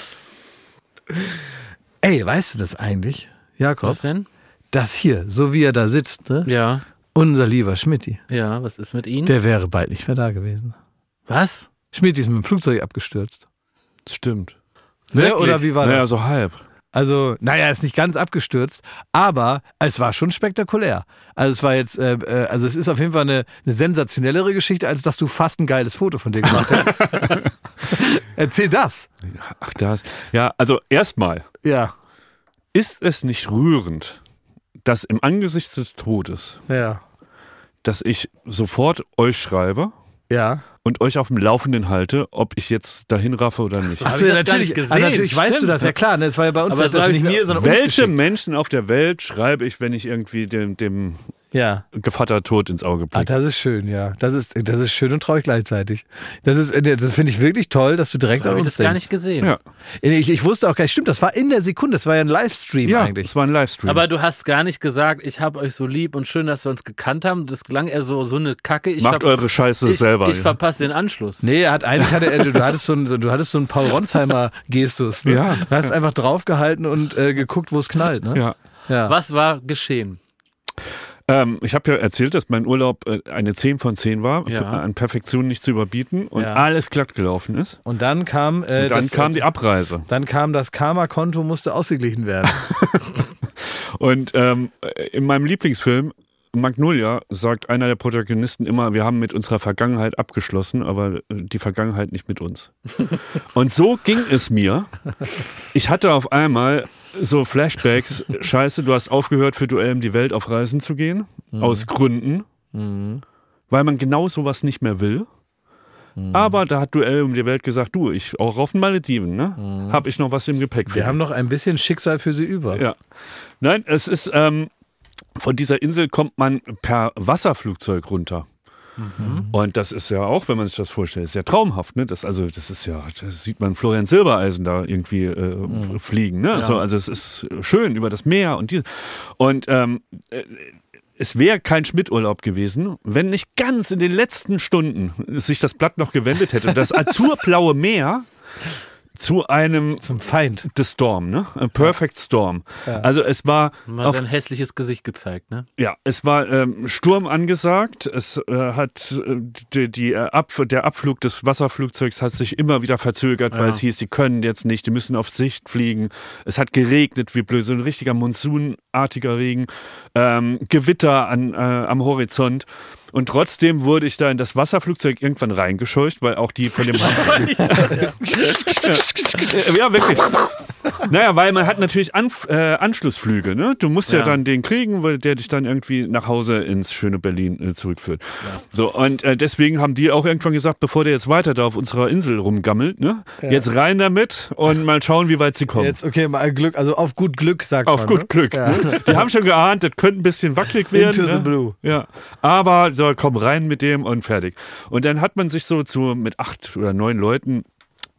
Ey, weißt du das eigentlich, Jakob? Was denn? Das hier, so wie er da sitzt, ne? Ja, unser lieber Schmidti, ja, was ist mit Ihnen? der wäre bald nicht mehr da gewesen. was? Schmidti ist mit dem Flugzeug abgestürzt. Stimmt. Ne? Wirklich? Oder wie war Naja, das? so halb. Also, naja, ist nicht ganz abgestürzt, aber es war schon spektakulär. Also es war jetzt, äh, äh, also es ist auf jeden Fall eine, eine sensationellere Geschichte, als dass du fast ein geiles Foto von dir gemacht [LAUGHS] hast. Erzähl das. Ach, das. Ja, also erstmal Ja, ist es nicht rührend, dass im Angesicht des Todes, ja, dass ich sofort euch schreibe ja. und euch auf dem Laufenden halte, ob ich jetzt dahin raffe oder nicht. Ach so, ich das gar nicht gesehen. Ah, natürlich weißt Stimmt. du das, ja klar. Ne? Das war ja bei uns Aber das so ist hab nicht ich's- mir, sondern uns Welche geschickt. Menschen auf der Welt schreibe ich, wenn ich irgendwie dem, dem Ja. Gevatter Tod ins Auge Ah, blicke? das ist schön, ja. Das ist, das ist schön und traurig gleichzeitig. Das ist, äh, das finde ich wirklich toll, dass du direkt an Habe ich uns das gar denkst. nicht gesehen. Ja, Ich, ich wusste auch gar nicht, stimmt, das war in der Sekunde, das war ja ein Livestream ja eigentlich. es war ein Livestream. Aber du hast gar nicht gesagt, ich habe euch so lieb und schön, dass wir uns gekannt haben. Das klang eher so, so eine Kacke. Ich Macht ver- eure Scheiße ich, selber. Ich ja. verpasse den Anschluss. Nee, er hat eigentlich hatte er, du hattest so einen, so- du hattest so einen Paul Ronsheimer Gestus. Ne? Ja. Du hast einfach draufgehalten und äh, geguckt, wo es knallt. Ne? ja. Ja. Was war geschehen? Ähm, ich habe ja erzählt, dass mein Urlaub äh, eine 10 von 10 war, Ja. an Perfektion nicht zu überbieten und Ja. alles glatt gelaufen ist. Und dann kam, äh, Und dann das, kam die Abreise. dann kam das Karma-Konto musste ausgeglichen [LAUGHS] werden. Und ähm, in meinem Lieblingsfilm Magnolia sagt einer der Protagonisten immer, wir haben mit unserer Vergangenheit abgeschlossen, aber äh, die Vergangenheit nicht mit uns. Und so ging es mir. Ich hatte auf einmal so Flashbacks, scheiße, du hast aufgehört, für Duell um die Welt auf Reisen zu gehen, aus Gründen, weil man genau sowas nicht mehr will. Aber da hat Duell um die Welt gesagt, du, ich auch auf den Malediven, ne? Hab ich noch was im Gepäck für Wir dich. haben noch ein bisschen Schicksal für sie über. Ja. Nein, es ist, ähm, von dieser Insel kommt man per Wasserflugzeug runter. Und das ist ja auch, wenn man sich das vorstellt, ist ja traumhaft, ne? Das, also, das ist ja, das sieht man Florian Silbereisen da irgendwie äh, f- fliegen, ne? So, also es ist schön über das Meer und die. Und ähm, äh, es wäre kein Schmidturlaub gewesen, wenn nicht ganz in den letzten Stunden sich das Blatt noch gewendet hätte. Das azurblaue Meer zu einem Zum Feind. The Storm, ne? A Perfect Storm. Also es war, Mal auf, sein hässliches Gesicht gezeigt, ne? ja, es war ähm, Sturm angesagt. Es äh, hat äh, die, die äh, Abf- der Abflug des Wasserflugzeugs hat sich immer wieder verzögert, weil es hieß, die können jetzt nicht, die müssen auf Sicht fliegen. Es hat geregnet wie blöd, so ein richtiger monsunartiger Regen, ähm, Gewitter an, äh, am Horizont. Und trotzdem wurde ich da in das Wasserflugzeug irgendwann reingescheucht, weil auch die von dem ja, wirklich. Naja, weil man hat natürlich Anf äh, Anschlussflüge, ne? Du musst ja. Ja. dann den kriegen, weil der dich dann irgendwie nach Hause ins schöne Berlin äh, zurückführt. So, und äh, deswegen haben die auch irgendwann gesagt, bevor der jetzt weiter da auf unserer Insel rumgammelt, ne? Jetzt rein damit und mal schauen, wie weit sie kommen. Jetzt, okay, mal Glück, also auf gut Glück sagt man. Auf gut ne? Glück. Ja. Ne? Die haben schon geahnt, das könnte ein bisschen wackelig werden. Into the ne? blue. Ja. Aber so, komm rein mit dem und fertig. Und dann hat man sich so zu, mit acht oder neun Leuten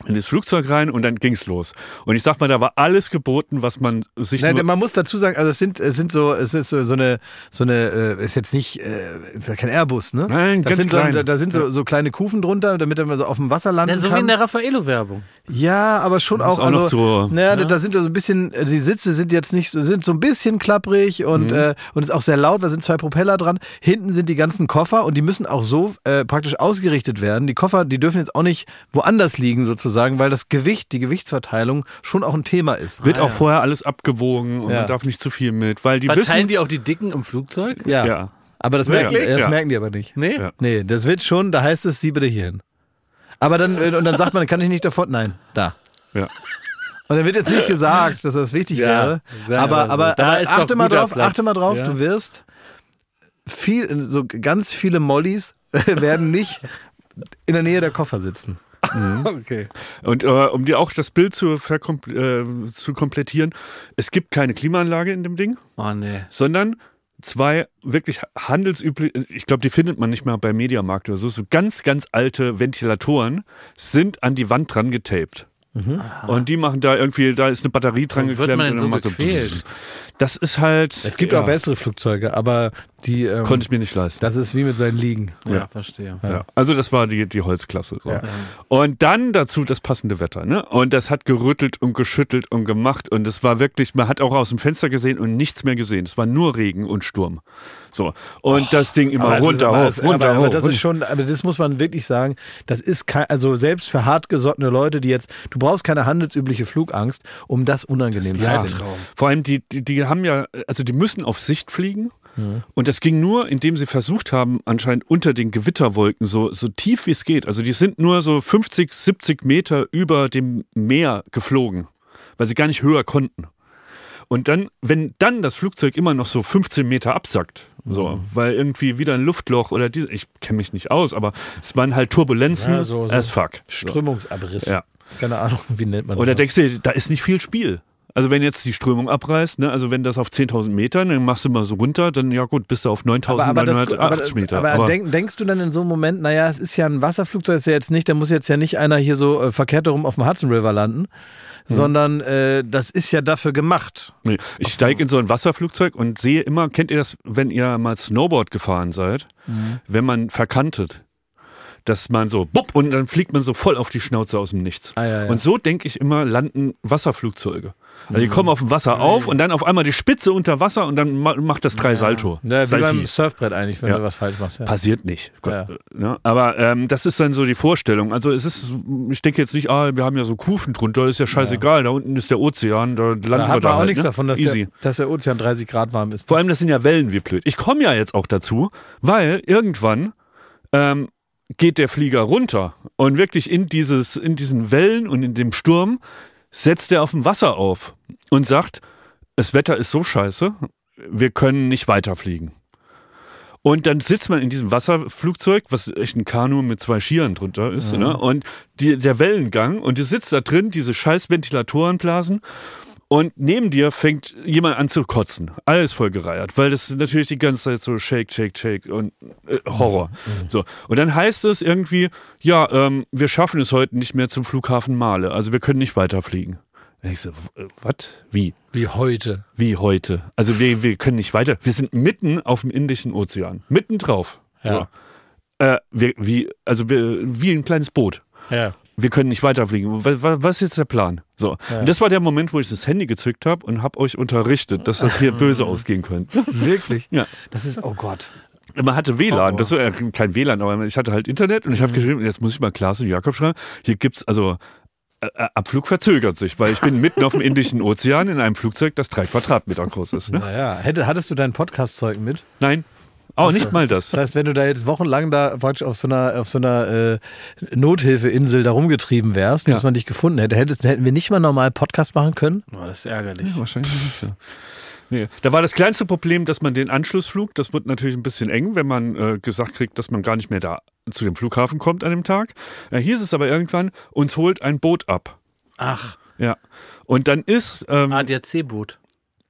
in das Flugzeug rein und dann ging's los. Und ich sag mal, da war alles geboten, was man sich Nein, nur... man muss dazu sagen, also es sind, es sind so, es ist so, so eine, so eine, äh, ist jetzt nicht, äh, ist ja kein Airbus, ne? Nein, das ganz sind so, klein. Da, da sind so, so kleine Kufen drunter, damit man so auf dem Wasser landen Ja, so wie in kann. der Raffaello-Werbung. ja, aber schon Das auch, ist auch noch also, zu- ne? naja, da- da sind ja so ein bisschen, äh, die Sitze sind jetzt nicht, so, sind so ein bisschen klapprig und Mhm. äh, und ist auch sehr laut. Da sind zwei Propeller dran. Hinten sind die ganzen Koffer und die müssen auch so äh, praktisch ausgerichtet werden. Die Koffer, die dürfen jetzt auch nicht woanders liegen sozusagen, weil das Gewicht, die Gewichtsverteilung schon auch ein Thema ist. Wird auch vorher alles abgewogen und Ah, Ja. man darf nicht zu viel mit, weil die Verteilen wissen... die auch die Dicken im Flugzeug? Ja. Ja. Aber das, merken, Wirklich? das Ja. merken die aber nicht. Nee? Ja. Nee, das wird schon, da heißt es, sie bitte hierhin. Aber dann, äh, und dann sagt man, kann ich nicht davon? Nein, da. ja. Und dann wird jetzt nicht gesagt, dass das wichtig Ja, wäre. Aber, ja, aber so. aber, Da aber ist doch achte, mal guter drauf, Platz. achte mal drauf, Ja. du wirst viel, so ganz viele Mollys [LAUGHS] werden nicht in der Nähe der Koffer sitzen. [LAUGHS] Okay. Und äh, um dir auch das Bild zu, verkomple- äh, zu komplettieren, es gibt keine Klimaanlage in dem Ding. Oh nee. sondern zwei wirklich handelsübliche, ich glaube, die findet man nicht mehr bei Mediamarkt oder so, so ganz, ganz alte Ventilatoren sind an die Wand dran getaped. Und die machen da irgendwie, da ist eine Batterie dran Mhm. Warum wird geklemmt man denn und so dann macht gequält? [LAUGHS] Das ist halt. Es gibt ja, auch bessere Flugzeuge, aber die, ähm, Konnte ich mir nicht leisten. das ist wie mit seinen Liegen. Ja, Ja. verstehe. Ja. Also das war die, die Holzklasse. So. Und dann dazu das passende Wetter. Ne? Und das hat gerüttelt und geschüttelt und gemacht. Und es war wirklich, man hat auch aus dem Fenster gesehen und nichts mehr gesehen. Es war nur Regen und Sturm. So. Und das Ding immer es runter, ist, aber, hoch, es- runter, aber, hoch. aber das runter. ist schon, aber das muss man wirklich sagen, das ist kein, also selbst für hartgesottene Leute, die jetzt, du brauchst keine handelsübliche Flugangst, um das unangenehm zu Ja, genau. finden. vor allem die, die, die haben ja, also die müssen auf Sicht fliegen. Mhm. Und das ging nur, indem sie versucht haben, anscheinend unter den Gewitterwolken so, so tief wie es geht. Also die sind nur so 50, 70 Meter über dem Meer geflogen, weil sie gar nicht höher konnten. Und dann, wenn dann das Flugzeug immer noch so 15 Meter absackt, so, Mhm. weil irgendwie wieder ein Luftloch oder diese, ich kenne mich nicht aus, aber es waren halt Turbulenzen Ja, so- so as fuck. Strömungsabriss. Ja. Keine Ahnung, wie nennt man Oder das? denkst du, da ist nicht viel Spiel. Also wenn jetzt die Strömung abreißt, ne, also wenn das auf 10.000 Metern, dann machst du mal so runter, dann ja gut, bist du auf Aber, aber, das, 9.980 aber, das, Meter. aber, denk, denkst du dann in so einem Moment, naja, es ist ja ein Wasserflugzeug, ist ja jetzt nicht, da muss jetzt ja nicht einer hier so äh, verkehrt herum auf dem Hudson River landen, sondern äh, das ist ja dafür gemacht. nee, ich steige in so ein Wasserflugzeug und sehe immer, kennt ihr das, wenn ihr mal Snowboard gefahren seid, Mhm. wenn man verkantet, dass man so, bupp, und dann fliegt man so voll auf die Schnauze aus dem Nichts. Ah, ja, Mhm. ja. Und so denke ich immer, landen Wasserflugzeuge. Also die kommen auf dem Wasser auf und dann auf einmal die Spitze unter Wasser und dann ma- macht das drei Salto. Ja, wie Salti. beim Surfbrett eigentlich, wenn Ja. du was falsch machst. Ja. Passiert nicht. Ja. Gott, äh, Ne? Aber ähm, das ist dann so die Vorstellung. Also es ist, ich denke jetzt nicht, ah, wir haben ja so Kufen drunter, ist ja scheißegal, da unten ist der Ozean, da landen Da wir hat da man auch halt, nichts ne? davon, dass Easy. der, dass der Ozean 30 Grad warm ist. Vor allem, das sind ja Wellen wie blöd. Ich komme ja jetzt auch dazu, weil irgendwann ähm, geht der Flieger runter und wirklich in, dieses, in diesen Wellen und in dem Sturm setzt er auf dem Wasser auf und sagt, das Wetter ist so scheiße, wir können nicht weiterfliegen. Und dann sitzt man in diesem Wasserflugzeug, was echt ein Kanu mit zwei Skiern drunter ist, ne? und die, der Wellengang, und du sitzt da drin, diese scheiß Ventilatorenblasen, und neben dir fängt jemand an zu kotzen. Alles voll gereiert, weil das natürlich die ganze Zeit so Shake, Shake, Shake und äh, Horror. So. Und dann heißt es irgendwie, ja, ähm, wir schaffen es heute nicht mehr zum Flughafen Male, also wir können nicht weiterfliegen. Und ich so, w- äh, was? Wie? Wie heute. Wie heute? Also wir, wir können nicht weiter. Wir sind mitten auf dem Indischen Ozean. Mitten drauf. Ja. So. Äh, wir, wie, also wir, wie ein kleines Boot Ja. wir können nicht weiterfliegen. Was, was ist jetzt der Plan? So. Und das war der Moment, wo ich das Handy gezückt habe und habe euch unterrichtet, dass das hier böse ausgehen könnte. Mhm. [LAUGHS] Wirklich? Ja. Das ist, oh Gott. Oh. Man hatte WLAN, das war ja kein WLAN, aber ich hatte halt Internet und ich Mhm. habe geschrieben, jetzt muss ich mal Klaas und Jakob schreiben, hier gibt's also äh, äh, Abflug verzögert sich, weil ich bin mitten auf dem [LAUGHS] Indischen Ozean in einem Flugzeug, das drei Quadratmeter groß ist. Ne? Naja, hätte, hattest du dein Podcastzeug mit? Nein, Oh, nicht mal das. Das heißt, wenn du da jetzt wochenlang da praktisch auf so einer, auf so einer äh, Nothilfeinsel da rumgetrieben wärst, bis Ja. man dich gefunden hätte, hättest, hätten wir nicht mal normal Podcast machen können. Oh, das ist ärgerlich. Wahrscheinlich nicht, ja. Nee. Da war das kleinste Problem, dass man den Anschlussflug, das wird natürlich ein bisschen eng, wenn man äh, gesagt kriegt, dass man gar nicht mehr da zu dem Flughafen kommt an dem Tag. Ja, hieß es aber irgendwann, uns holt ein Boot ab. Ach, Ja. Und dann ist, ähm, ADAC-Boot.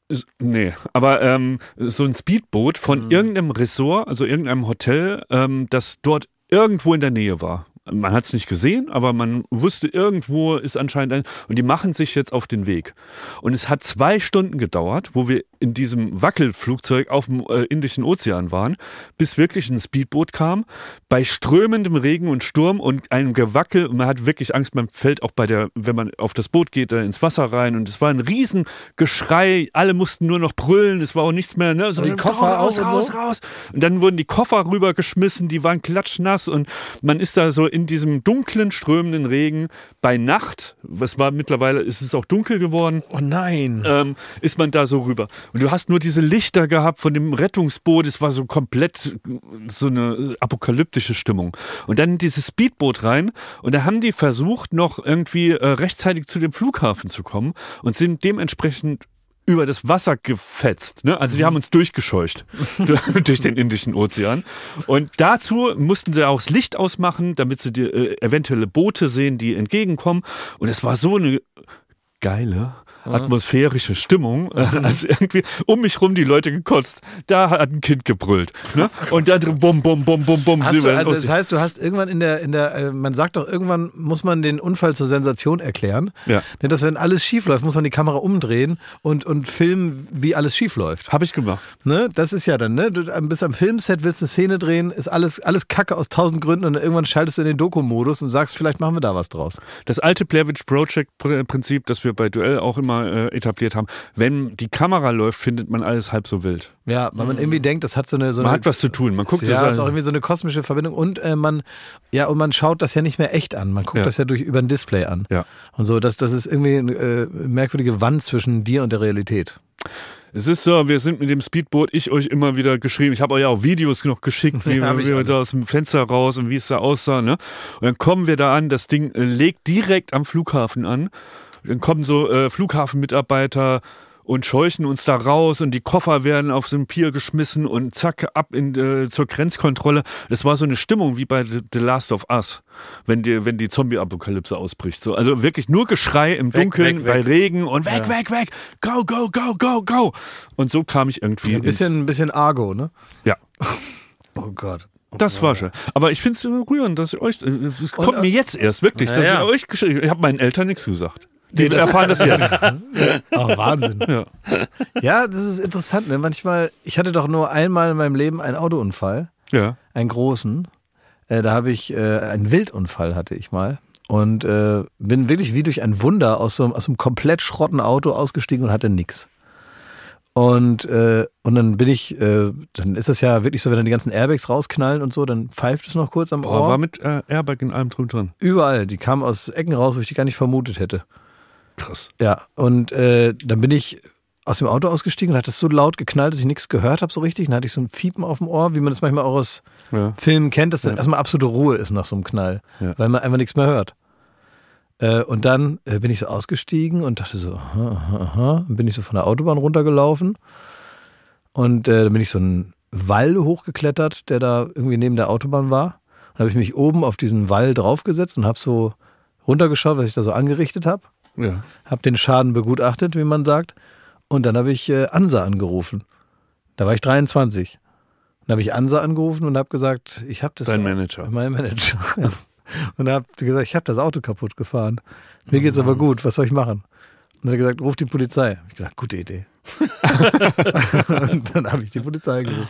ist- nee, aber ähm, so ein Speedboot von irgendeinem Ressort, also irgendeinem Hotel, ähm, das dort irgendwo in der Nähe war. Man hat es nicht gesehen, aber man wusste, irgendwo ist anscheinend ein. Und die machen sich jetzt auf den Weg. Und es hat zwei Stunden gedauert, wo wir in diesem Wackelflugzeug auf dem äh, Indischen Ozean waren, bis wirklich ein Speedboot kam. Bei strömendem Regen und Sturm und einem Gewackel. Und man hat wirklich Angst, man fällt auch bei der, wenn man auf das Boot geht, da ins Wasser rein. Und es war ein Riesengeschrei. Alle mussten nur noch brüllen. Es war auch nichts mehr. Ne? So, Die Koffer raus, auch und raus, so? raus. Und dann wurden die Koffer rübergeschmissen. Die waren klatschnass. Und man ist da so in diesem dunklen, strömenden Regen bei Nacht. Was war mittlerweile, ist es auch dunkel geworden Oh nein. ähm, ist man da so rüber. Und du hast nur diese Lichter gehabt von dem Rettungsboot. Es war so komplett äh, so eine apokalyptische Stimmung. Und dann in dieses Speedboot rein. Und da haben die versucht, noch irgendwie äh, rechtzeitig zu dem Flughafen zu kommen und sind dementsprechend über das Wasser gefetzt. Ne? Also die haben uns durchgescheucht [LAUGHS] durch den Indischen Ozean. Und dazu mussten sie auch das Licht ausmachen, damit sie die, äh, eventuelle Boote sehen, die entgegenkommen. Und es war so eine geile atmosphärische Stimmung. Mhm. [LAUGHS] Also irgendwie um mich rum die Leute gekotzt. Da hat ein Kind gebrüllt. Ne? Und dann drin bum, bum, bum, bum, bum. Hast Silber du, in also Ostsee. das heißt, du hast irgendwann in der, in der, äh, man sagt doch, irgendwann muss man den Unfall zur Sensation erklären. Ja. Denn dass wenn alles schief läuft, muss man die Kamera umdrehen und, und filmen, wie alles schief läuft. Hab ich gemacht. Ne? Das ist ja dann, ne? Du bist am Filmset, willst eine Szene drehen, ist alles, alles Kacke aus tausend Gründen und dann irgendwann schaltest du in den Doku-Modus und sagst, vielleicht machen wir da was draus. Das alte Blair Witch Project Pr- äh, Prinzip, das wir bei Duell auch immer äh, etabliert haben. Wenn die Kamera läuft, findet man alles halb so wild. Ja, weil man irgendwie denkt, das hat so eine, so Man eine hat Mhm. was zu tun. Man guckt ja, das ist auch an. irgendwie so eine kosmische Verbindung und äh, man ja und man schaut das ja nicht mehr echt an, man guckt Ja. das ja durch über ein Display an. Ja. Und so, das, das ist irgendwie eine äh, merkwürdige Wand zwischen dir und der Realität. Es ist so, wir sind mit dem Speedboot, ich euch immer wieder geschrieben. Ich habe euch auch Videos noch geschickt, [LAUGHS] wie, Ja, hab wie ich wir alle. da aus dem Fenster raus und wie es da aussah. Ne? Und dann kommen wir da an, das Ding äh, legt direkt am Flughafen an. Dann kommen so äh, Flughafenmitarbeiter und scheuchen uns da raus und die Koffer werden auf so ein Pier geschmissen und zack, ab in, äh, zur Grenzkontrolle. Das war so eine Stimmung wie bei The The Last of Us, wenn die, wenn die Zombie-Apokalypse ausbricht. So, also wirklich nur Geschrei im Dunkeln weg, bei Regen und weg, weg, weg, go, go, go, go, go. Und so kam ich irgendwie Ein bisschen, ein bisschen Argo, ne? Ins, ja, Oh Gott. das war schön. Aber ich finde es rührend, dass ihr euch, es kommt äh, mir jetzt erst wirklich, dass ja. ich euch, gesch- ich habe meinen Eltern nichts gesagt. Die erfahren das jetzt. [LAUGHS] Oh, Wahnsinn. Ja. Ja, das ist interessant. Ne? Manchmal, ich hatte doch nur einmal in meinem Leben einen Autounfall, Ja. einen großen. Äh, da habe ich äh, einen Wildunfall hatte ich mal und äh, bin wirklich wie durch ein Wunder aus so, einem- aus einem komplett schrotten Auto ausgestiegen und hatte nix. Und, äh, und dann bin ich, äh, dann ist das ja wirklich so, wenn dann die ganzen Airbags rausknallen und so, dann pfeift es noch kurz am Boah, Ohr. war mit äh, Airbag in allem drum dran. Überall, die kamen aus Ecken raus, wo ich die gar nicht vermutet hätte. Krass. Ja, und äh, dann bin ich aus dem Auto ausgestiegen und hat das so laut geknallt, dass ich nichts gehört habe so richtig. Dann hatte ich so ein Fiepen auf dem Ohr, wie man das manchmal auch aus Ja. Filmen kennt, dass dann erstmal absolute Ruhe ist nach so einem Knall, Ja. weil man einfach nichts mehr hört. Äh, und dann äh, bin ich so ausgestiegen und dachte so, aha, aha, aha. Dann bin ich so von der Autobahn runtergelaufen und äh, dann bin ich so einen Wall hochgeklettert, der da irgendwie neben der Autobahn war. Dann habe ich mich oben auf diesen Wall draufgesetzt und habe so runtergeschaut, was ich da so angerichtet habe Ja. habe den Schaden begutachtet, wie man sagt. Und dann habe ich äh, Ansa angerufen. Da war ich 23. Dann habe ich Ansa angerufen und habe gesagt, ich habe das. Dein Manager. Mein Manager. [LAUGHS] ja. und habe gesagt, ich habe das Auto kaputt gefahren. Mir geht's aber gut. Was soll ich machen? Und dann hat er gesagt, ruf die Polizei. Hab ich gesagt, gute Idee. [LAUGHS] und dann habe ich die Polizei gerufen.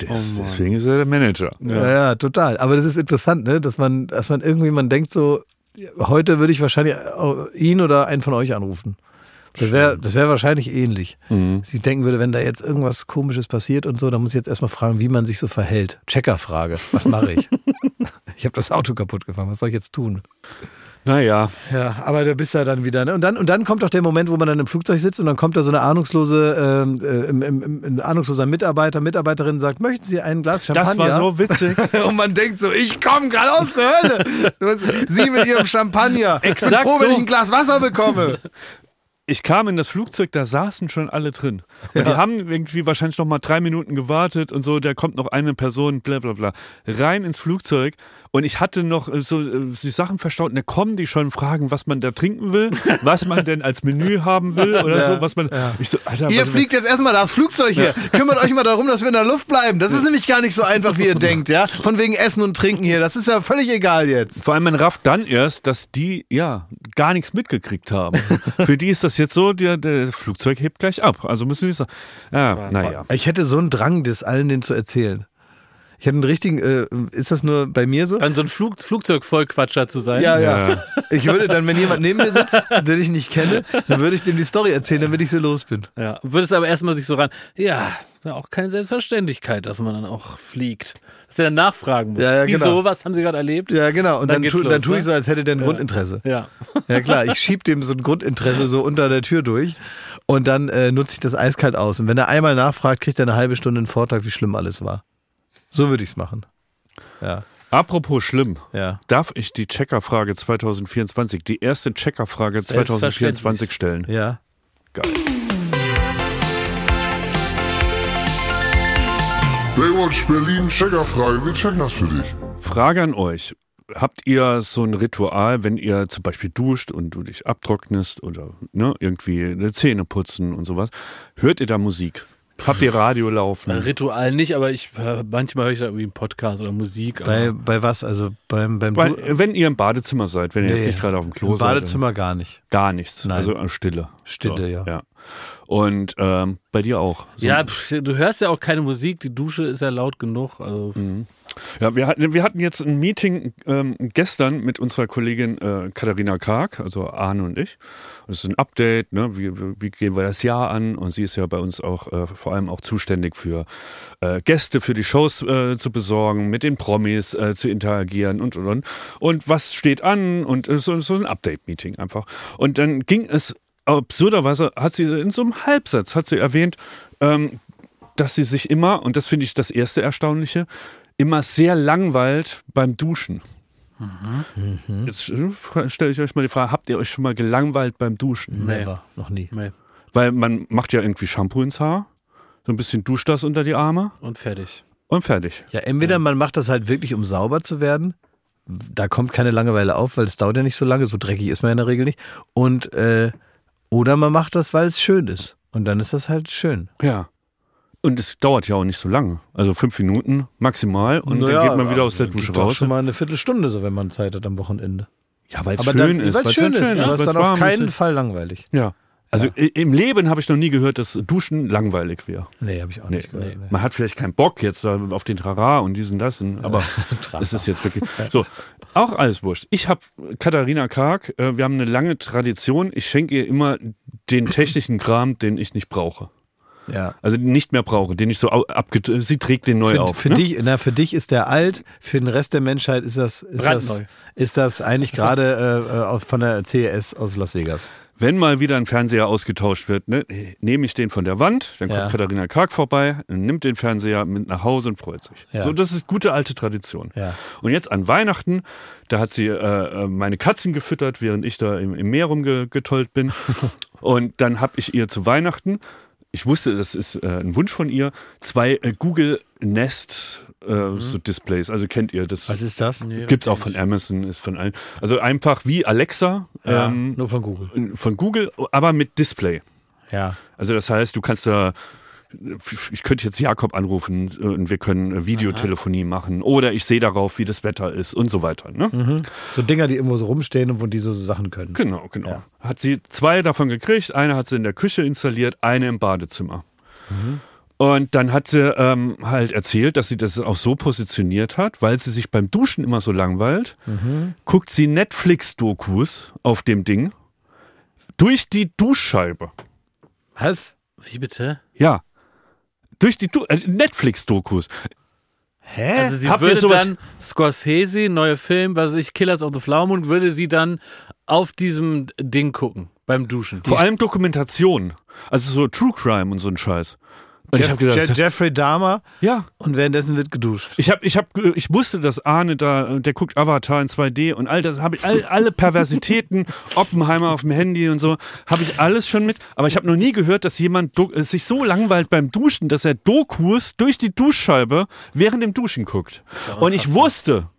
Des, deswegen ist er der Manager. Ja. ja, total. Aber das ist interessant, ne? dass man, dass man irgendwie, man denkt so, ja, heute würde ich wahrscheinlich auch ihn oder einen von euch anrufen. Das wäre das wär wahrscheinlich ähnlich. Dass ich denken würde, wenn da jetzt irgendwas Komisches passiert und so, dann muss ich jetzt erstmal fragen, wie man sich so [LAUGHS] verhält. Checkerfrage. Was mache ich? ich habe das Auto kaputt gefahren. Was soll ich jetzt tun? Naja, Ja, aber da bist du ja dann wieder. Ne? Und, dann, und dann kommt doch der Moment, wo man dann im Flugzeug sitzt und dann kommt da so eine ahnungslose, ähm, äh, im, im, im, ein ahnungsloser Mitarbeiter, Mitarbeiterin sagt, möchten Sie ein Glas Champagner? das war [LAUGHS] so witzig. und man denkt so, ich komme gerade aus der Hölle. Du hast- Sie mit ihrem Champagner. Exakt ich bin froh, wenn so. ich ein Glas Wasser bekomme. Ich kam in das Flugzeug, da saßen schon alle drin. Und die haben irgendwie wahrscheinlich noch mal drei Minuten gewartet und so, da kommt noch eine Person, bla bla bla. Rein ins Flugzeug und ich hatte noch äh, so äh, die Sachen verstaut und da kommen die schon fragen, was man da [LAUGHS] trinken will, was man denn als Menü haben will oder so, was man. Ich so, Alter, Ihr was fliegt jetzt erstmal das Flugzeug hier. Kümmert euch mal darum, dass wir in der Luft bleiben. Das ist nämlich gar nicht so einfach, wie ihr denkt, ja? Von wegen Essen und Trinken hier. Das ist ja völlig egal jetzt. Vor allem man rafft dann erst, dass die ja gar nichts [LAUGHS] mitgekriegt haben. Für die ist das jetzt so, der, der Flugzeug hebt gleich ab. Also müssen die sagen, ja, naja. Ich hätte so einen Drang, das allen denen zu erzählen. Ich hätte einen richtigen, äh, ist das nur bei mir so? Dann so ein Flug, Flugzeugvollquatscher zu sein. Ja, ja, Ich würde dann, wenn jemand neben mir sitzt, den ich nicht kenne, dann würde ich dem die Story erzählen, damit ich so los bin. Ja. Würdest aber erstmal sich so ran. Ja, ist ja auch keine Selbstverständlichkeit, dass man dann auch fliegt. Dass er dann nachfragen muss. Ja, ja, Wieso, genau. was haben sie gerade erlebt? Ja, genau. Und Dann dann, geht's tu, los, dann tue ich ne? so, als hätte der ein Grundinteresse. Ja. [LAUGHS] Ja klar, ich schieb dem so ein Grundinteresse so unter der Tür durch und dann äh, nutze ich das eiskalt aus. Und wenn er einmal nachfragt, kriegt er eine halbe Stunde einen Vortrag, wie schlimm alles war. So würde ich es machen. Ja, Apropos schlimm. ja. Darf ich die Checkerfrage 2024, die erste Checkerfrage 2024 stellen? Ja. Baywatch Berlin, Checkerfrage, wir checken das für dich. Frage an euch. Habt ihr so ein Ritual, wenn ihr zum Beispiel duscht und du dich abtrocknest oder ne, irgendwie eine Zähne putzen und sowas? Hört ihr da Musik? Habt ihr Radio Äh, laufen? Ritual nicht, aber ich äh, manchmal höre ich da irgendwie einen Podcast oder Musik. aber- Bei, bei was? Also beim, beim Weil, Du- äh, wenn ihr im Badezimmer seid, wenn ihr jetzt Nee. nicht gerade auf dem Klo Im seid. Badezimmer gar nicht. äh, Gar nichts. Nein. Also äh, Stille. Stille, ja. ja. Und ähm, bei dir auch. So ja, pff, du hörst ja auch keine Musik, die Dusche ist ja laut genug. Also, Mhm. Ja, wir hatten, wir hatten jetzt ein Meeting ähm, gestern mit unserer Kollegin äh, Katharina Karg, also Arne und ich. Das ist ein Update, ne? wie, wie gehen wir das Jahr an? Und sie ist ja bei uns auch äh, vor allem auch zuständig für äh, Gäste für die Shows äh, zu besorgen, mit den Promis äh, zu interagieren und und und. Und was steht an? Und äh, so, so ein Update-Meeting einfach. Und dann ging es absurderweise, hat sie in so einem Halbsatz hat sie erwähnt, ähm, dass sie sich immer, und das finde ich das erste Erstaunliche, immer sehr langweilt beim Duschen. Mhm. Jetzt äh, fra- stelle ich euch mal die Frage, habt ihr euch schon mal gelangweilt beim Duschen? Never, noch nie. nee. Weil man macht ja irgendwie Shampoo ins Haar, so ein bisschen duscht das unter die Arme Und fertig. und fertig. Ja, entweder man macht das halt wirklich, um sauber zu werden. Da kommt keine Langeweile auf, weil es dauert ja nicht so lange. So dreckig ist man ja in der Regel nicht. Und, äh, oder man macht das, weil es schön ist. Und dann ist das halt schön. Ja. Und es dauert ja auch nicht so lange. Also fünf Minuten maximal und dann Naja, äh, geht man wieder aus der Geht Dusche doch raus. schon mal eine Viertelstunde, so wenn man Zeit hat am Wochenende. Ja, weil es Aber schön dann, ist. weil es schön ist, aber es weil's ist dann auf warm keinen Fall langweilig. Ja. Also i- im Leben habe ich noch nie gehört, dass Duschen langweilig wäre. Nee, habe ich auch Nee, nicht gehört. Nee. man hat vielleicht keinen Bock jetzt da auf den Trara und diesen das, und, [LAUGHS] aber es ist jetzt wirklich so. Auch alles wurscht. Ich habe Katharina Karg, äh, wir haben eine lange Tradition. Ich schenke ihr immer den technischen Kram, den ich nicht brauche. Ja. Also nicht mehr brauche, den ich so au- abge sie trägt den neu Für, auf. für, ne? dich, na, für dich ist der alt, für den Rest der Menschheit ist das, ist das, Brandneu. ist das eigentlich gerade äh, äh, auf- von der CES aus Las Vegas. Wenn mal wieder ein Fernseher ausgetauscht wird, ne, nehme ich den von der Wand, dann kommt Ja. Katharina Karg vorbei, nimmt den Fernseher mit nach Hause und freut sich. Ja. So, das ist gute alte Tradition. Ja. Und jetzt an Weihnachten, da hat sie äh, äh, meine Katzen gefüttert, während ich da im, im Meer [LAUGHS] rumgetollt bin. und dann habe ich ihr zu Weihnachten, ich wusste, das ist äh, ein Wunsch von ihr, zwei äh, Google Nest äh, Mhm. so Displays. Also kennt ihr das? ist das? Gibt's auch von Amazon, ist von allen. Also einfach wie Alexa. Ja, ähm, nur von Google. von Google, aber mit Display. Ja. Also das heißt, du kannst da, ich könnte jetzt Jakob anrufen und wir können Videotelefonie machen oder ich sehe darauf, wie das Wetter ist und so weiter. Ne? So Dinger, die irgendwo so rumstehen und wo die so Sachen können. Genau, genau. Hat sie zwei davon gekriegt, eine hat sie in der Küche installiert, eine im Badezimmer. Und dann hat sie ähm, halt erzählt, dass sie das auch so positioniert hat, weil sie sich beim Duschen immer so langweilt, guckt sie Netflix-Dokus auf dem Ding durch die Duschscheibe. Was? Wie bitte? Ja. Durch die Du- äh, Netflix-Dokus. Hä? Also sie Habt ihr würde sowas- dann Scorsese, neuer Film, was weiß ich, Killers of the Flower Moon, würde sie dann auf diesem Ding gucken, beim Duschen. Vor allem Dokumentation. Also so True Crime und so ein Scheiß. Und ich habe Je gedacht, Jeffrey Dahmer ja. und währenddessen wird geduscht. Ich habe, ich habe, ich wusste, dass Arne da, äh, der guckt Avatar in 2D und all das habe ich, all, alle [LAUGHS] Perversitäten, Oppenheimer auf dem Handy und so, habe ich alles schon mit. Aber ich habe noch nie gehört, dass jemand do, äh, sich so langweilt beim Duschen, dass er Dokus durch die Duschscheibe während dem Duschen guckt. Und ich wusste,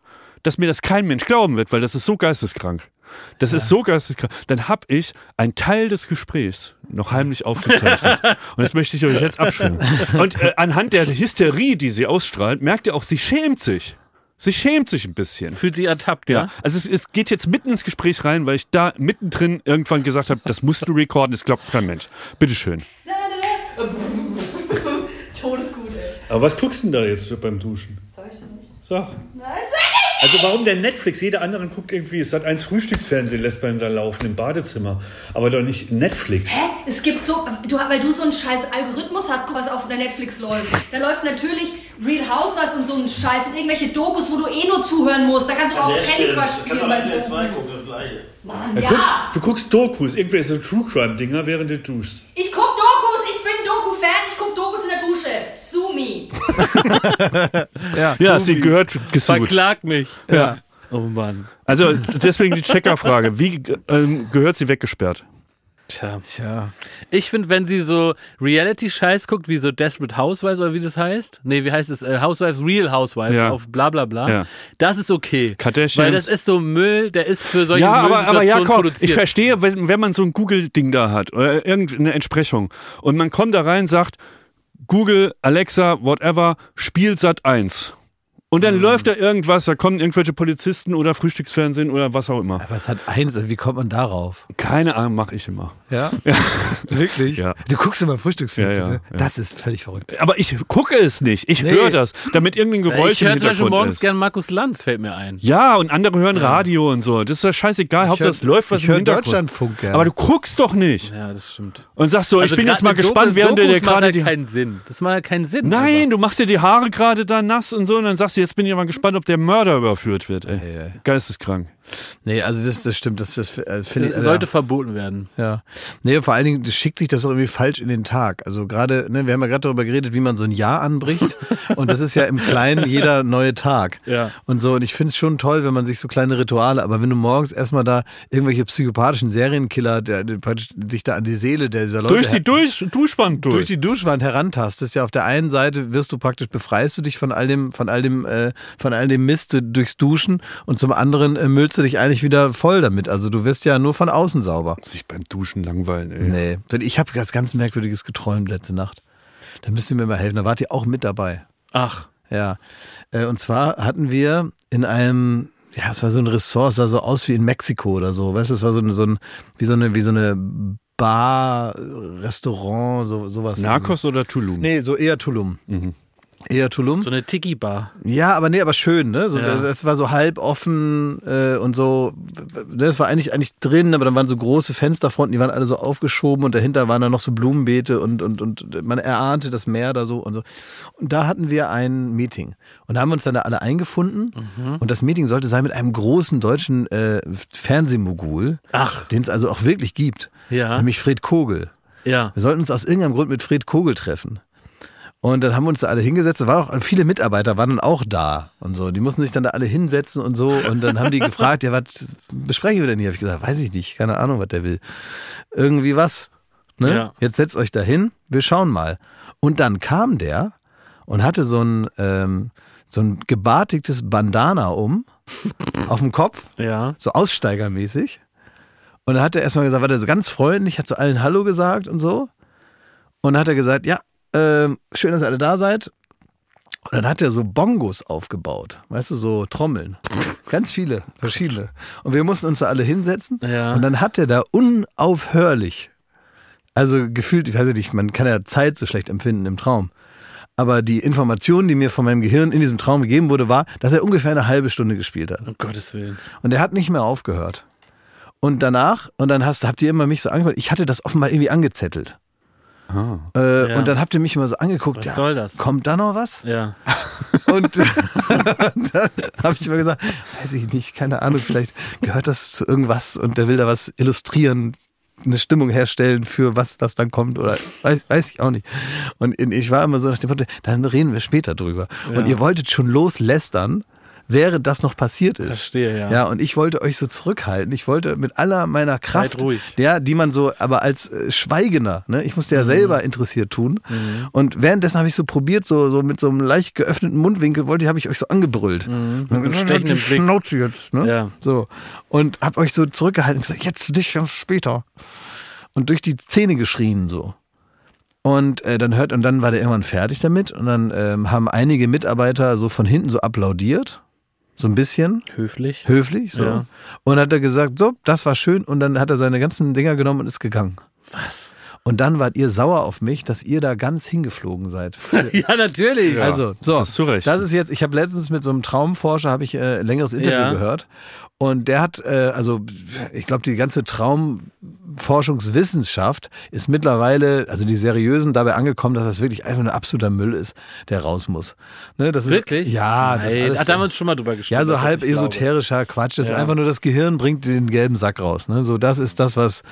dass mir das kein Mensch glauben wird, weil das ist so geisteskrank. Das ist so geisteskrank. Dann habe ich einen Teil des Gesprächs noch heimlich aufgezeichnet. Und das möchte ich euch jetzt abschwimmen. Und äh, anhand der Hysterie, die sie ausstrahlt, merkt ihr auch, sie schämt sich. Sie schämt sich ein bisschen. Fühlt sie ertappt, ja? Ja, also es, es geht jetzt mitten ins Gespräch rein, weil ich da mittendrin irgendwann gesagt habe, das musst du recorden, das glaubt kein Mensch. Bitteschön. [LAUGHS] Todesgut, ey. Aber was guckst du denn da jetzt beim Duschen? Sag ich denn nicht. Sag. Also warum denn Netflix? Jeder anderen guckt irgendwie, es hat eins Frühstücksfernsehen, lässt man da laufen im Badezimmer. Aber doch nicht Netflix. Hä? Es gibt so, du, weil du so einen scheiß Algorithmus hast, guck, was auf der Netflix läuft. Da läuft natürlich Real Housewives und so einen Scheiß und irgendwelche Dokus, wo du eh nur zuhören musst. Da kannst du auch Candy Crush Kann spielen. doch beim RTL 2 Gucken. gucken, das gleiche. Mann, Du guckst, ja. du guckst Dokus, irgendwelche True Crime Dinger, während du duschst. Ich guck Dokus, ich bin Doku-Fan, ich guck Dokus in der Dusche. Sue me. Ja, sie gehört gesucht. Verklag mich. Ja. Oh Mann. Also deswegen die Checkerfrage. Wie ähm, gehört sie weggesperrt? Tja. Tja. Ich finde, wenn sie so Reality-Scheiß guckt, wie so Desperate Housewives oder wie das heißt. Nee, wie heißt es? Äh, Housewives, Real Housewives Ja. auf bla bla bla. Ja. Das ist okay. Kardashians. Weil das ist so Müll, der ist für solche Ja, aber, aber ja, Müllsituationen komm, produziert. ich verstehe, wenn, wenn man so ein Google-Ding da hat oder irgendeine Entsprechung und man kommt da rein sagt, Google, Alexa, whatever, spielt Sat 1. Und dann läuft da irgendwas, da kommen irgendwelche Polizisten oder Frühstücksfernsehen oder was auch immer. Aber es hat eins, also wie kommt man darauf? Keine Ahnung, mache ich immer. Ja? [LAUGHS] Wirklich? Ja. Du guckst immer Frühstücksfernsehen, Ja, ja, ne? ja. Das ist völlig verrückt. Aber ich gucke es nicht. Ich Nee. höre das, damit irgendein Geräusch Äh, Ich höre im zum Beispiel Hintergrund morgens ist. gern Markus Lanz, fällt mir ein. Ja, und andere hören Radio und so. Das ist ja scheißegal. Hauptsache, hör- es läuft was ich im höre Hintergrund. Deutschlandfunk gerne. Aber du guckst doch nicht. Ja, das stimmt. Also Und sagst so, ich bin jetzt mal gespannt, während du der dir macht gerade halt die... keinen Sinn. Das macht halt keinen Sinn. Nein, du machst dir die Haare gerade da nass und so und dann sagst du, jetzt bin ich mal gespannt, ob der Mörder überführt wird. Ey. Geisteskrank. Nee, also das, das stimmt. Das, das äh, aber. finde ich. Sollte verboten werden. Ja. Nee, vor allen Dingen das schickt sich das doch irgendwie falsch in den Tag. Also gerade, ne, wir haben ja gerade darüber geredet, wie man so ein Jahr [LAUGHS] anbricht. und das ist ja im Kleinen jeder neue Tag. Ja. Und so, und ich finde es schon toll, wenn man sich so kleine Rituale, aber wenn du morgens erstmal da irgendwelche psychopathischen Serienkiller, der, der praktisch sich da an die Seele der dieser Leute Durch die Dusch Duschwand durch. durch die Duschwand herantastest, ja, auf der einen Seite wirst du praktisch, befreist du dich von all dem, von all dem, äh, von all dem Mist durchs Duschen und zum anderen äh, müllst du dich eigentlich wieder voll damit. Also du wirst ja nur von außen sauber. Sich beim Duschen langweilen, ey. Nee, denn ich habe was ganz Merkwürdiges geträumt letzte Nacht. Da müsst ihr mir mal helfen. Da wart ihr auch mit dabei. Ach, Ja. Äh, Und zwar hatten wir in einem, ja, es war so ein Ressort, es sah so aus wie in Mexiko oder so. Weißt du, es war so ein, so ein wie so eine, wie so eine Bar, Restaurant, so, sowas. Narcos oder Tulum? Nee, so eher Tulum. Eher Tulum. Mhm. so eine Tiki-Bar. Ja, aber nee, aber schön, ne? So, Ja. Das war so halb offen äh, und so. ne, Das war eigentlich eigentlich drin, aber dann waren so große Fensterfronten, die waren alle so aufgeschoben und dahinter waren dann noch so Blumenbeete und und und man erahnte das Meer da so und so. Und da hatten wir ein Meeting und da haben wir uns dann da alle eingefunden Mhm. und das Meeting sollte sein mit einem großen deutschen äh, Fernsehmogul, Ach. den es also auch wirklich gibt, Ja. nämlich Fred Kogel. Ja. Wir Also- sollten uns aus irgendeinem Grund mit Fred Kogel treffen. Und dann haben wir uns da alle hingesetzt. Da waren auch viele Mitarbeiter waren dann auch da und so. Die mussten sich dann da alle hinsetzen und so. Und dann [LAUGHS] haben die gefragt, ja, was besprechen wir denn hier? Hab ich gesagt, weiß ich nicht, keine Ahnung, was der will. Irgendwie was. Ne? Ja. Jetzt setzt euch da hin, wir schauen mal. Und dann kam der und hatte so ein, ähm, so ein gebartigtes Bandana um auf dem Kopf Ja. so aussteigermäßig. Und dann hat er erstmal gesagt, war der so ganz freundlich, hat zu allen Hallo gesagt und so. Und dann hat er gesagt, ja, ähm, schön, dass ihr alle da seid. Und dann hat er so Bongos aufgebaut, weißt du, so [LAUGHS] Trommeln. Ganz viele, verschiedene. Und wir mussten uns da alle hinsetzen. Oh Ja. Und dann hat er da unaufhörlich, also gefühlt, ich weiß ja nicht, man kann ja Zeit so schlecht empfinden im Traum. Aber die Information, die mir von meinem Gehirn in diesem Traum gegeben wurde, war, dass er ungefähr eine halbe Stunde gespielt hat. Um Gottes Willen. Und er hat nicht mehr aufgehört. Und danach, und dann hast, habt ihr immer mich so angeguckt, ich hatte das offenbar irgendwie angezettelt. Äh, Ja. Und dann habt ihr mich immer so angeguckt, Was ja, soll das? [LAUGHS] kommt da noch was? Ja. Und [LAUGHS] äh, dann habe ich immer gesagt, weiß ich nicht, keine Ahnung, vielleicht gehört das zu irgendwas und der will da was illustrieren, eine Stimmung herstellen für was, was dann kommt oder weiß, weiß ich auch nicht. Und in, ich war immer so nach dem Motto, dann reden wir später drüber. Und ihr wolltet schon loslästern, während das noch passiert ist. Verstehe, ja. Ja, und ich wollte euch so zurückhalten. Ich wollte mit aller meiner Kraft, ruhig. ja, die man so, aber als äh, Schweigender, ne? ich Mhm. musste ja selber interessiert tun. Und währenddessen habe ich so probiert, so, so mit so einem leicht geöffneten Mundwinkel, wollte, habe ich euch so angebrüllt. Mhm. einem stechenden Blick. Schnauze jetzt, ne? Ja. So. Und habe euch so zurückgehalten und gesagt, jetzt dich, ja, später. Und durch die Zähne geschrien so. Und äh, dann hört, und dann war der irgendwann fertig damit. Und dann ähm, haben einige Mitarbeiter so von hinten so applaudiert. So ein bisschen [LAUGHS] Höflich. höflich so. Ja. Und hat er gesagt, so, das war schön. Und dann hat er seine ganzen Dinger genommen und ist gegangen. Was? Und dann wart ihr sauer auf mich, dass ihr da ganz hingeflogen seid. [LAUGHS] Ja, natürlich. Also, so, das zu Recht. das ist jetzt, ich habe letztens mit so einem Traumforscher, habe ich äh, ein längeres Interview Ja. gehört und der hat, äh, also ich glaube, die ganze Traumforschungswissenschaft ist mittlerweile, also die Seriösen, dabei angekommen, dass das wirklich einfach ein absoluter Müll ist, der raus muss. Ne, das ist, Wirklich? Ja, Nein. das ist alles, Ach, da haben wir uns schon mal drüber gesprochen. ja, so halb esoterischer Quatsch. Das ist einfach nur das Gehirn bringt den gelben Sack raus. Ne? So, das ist das, was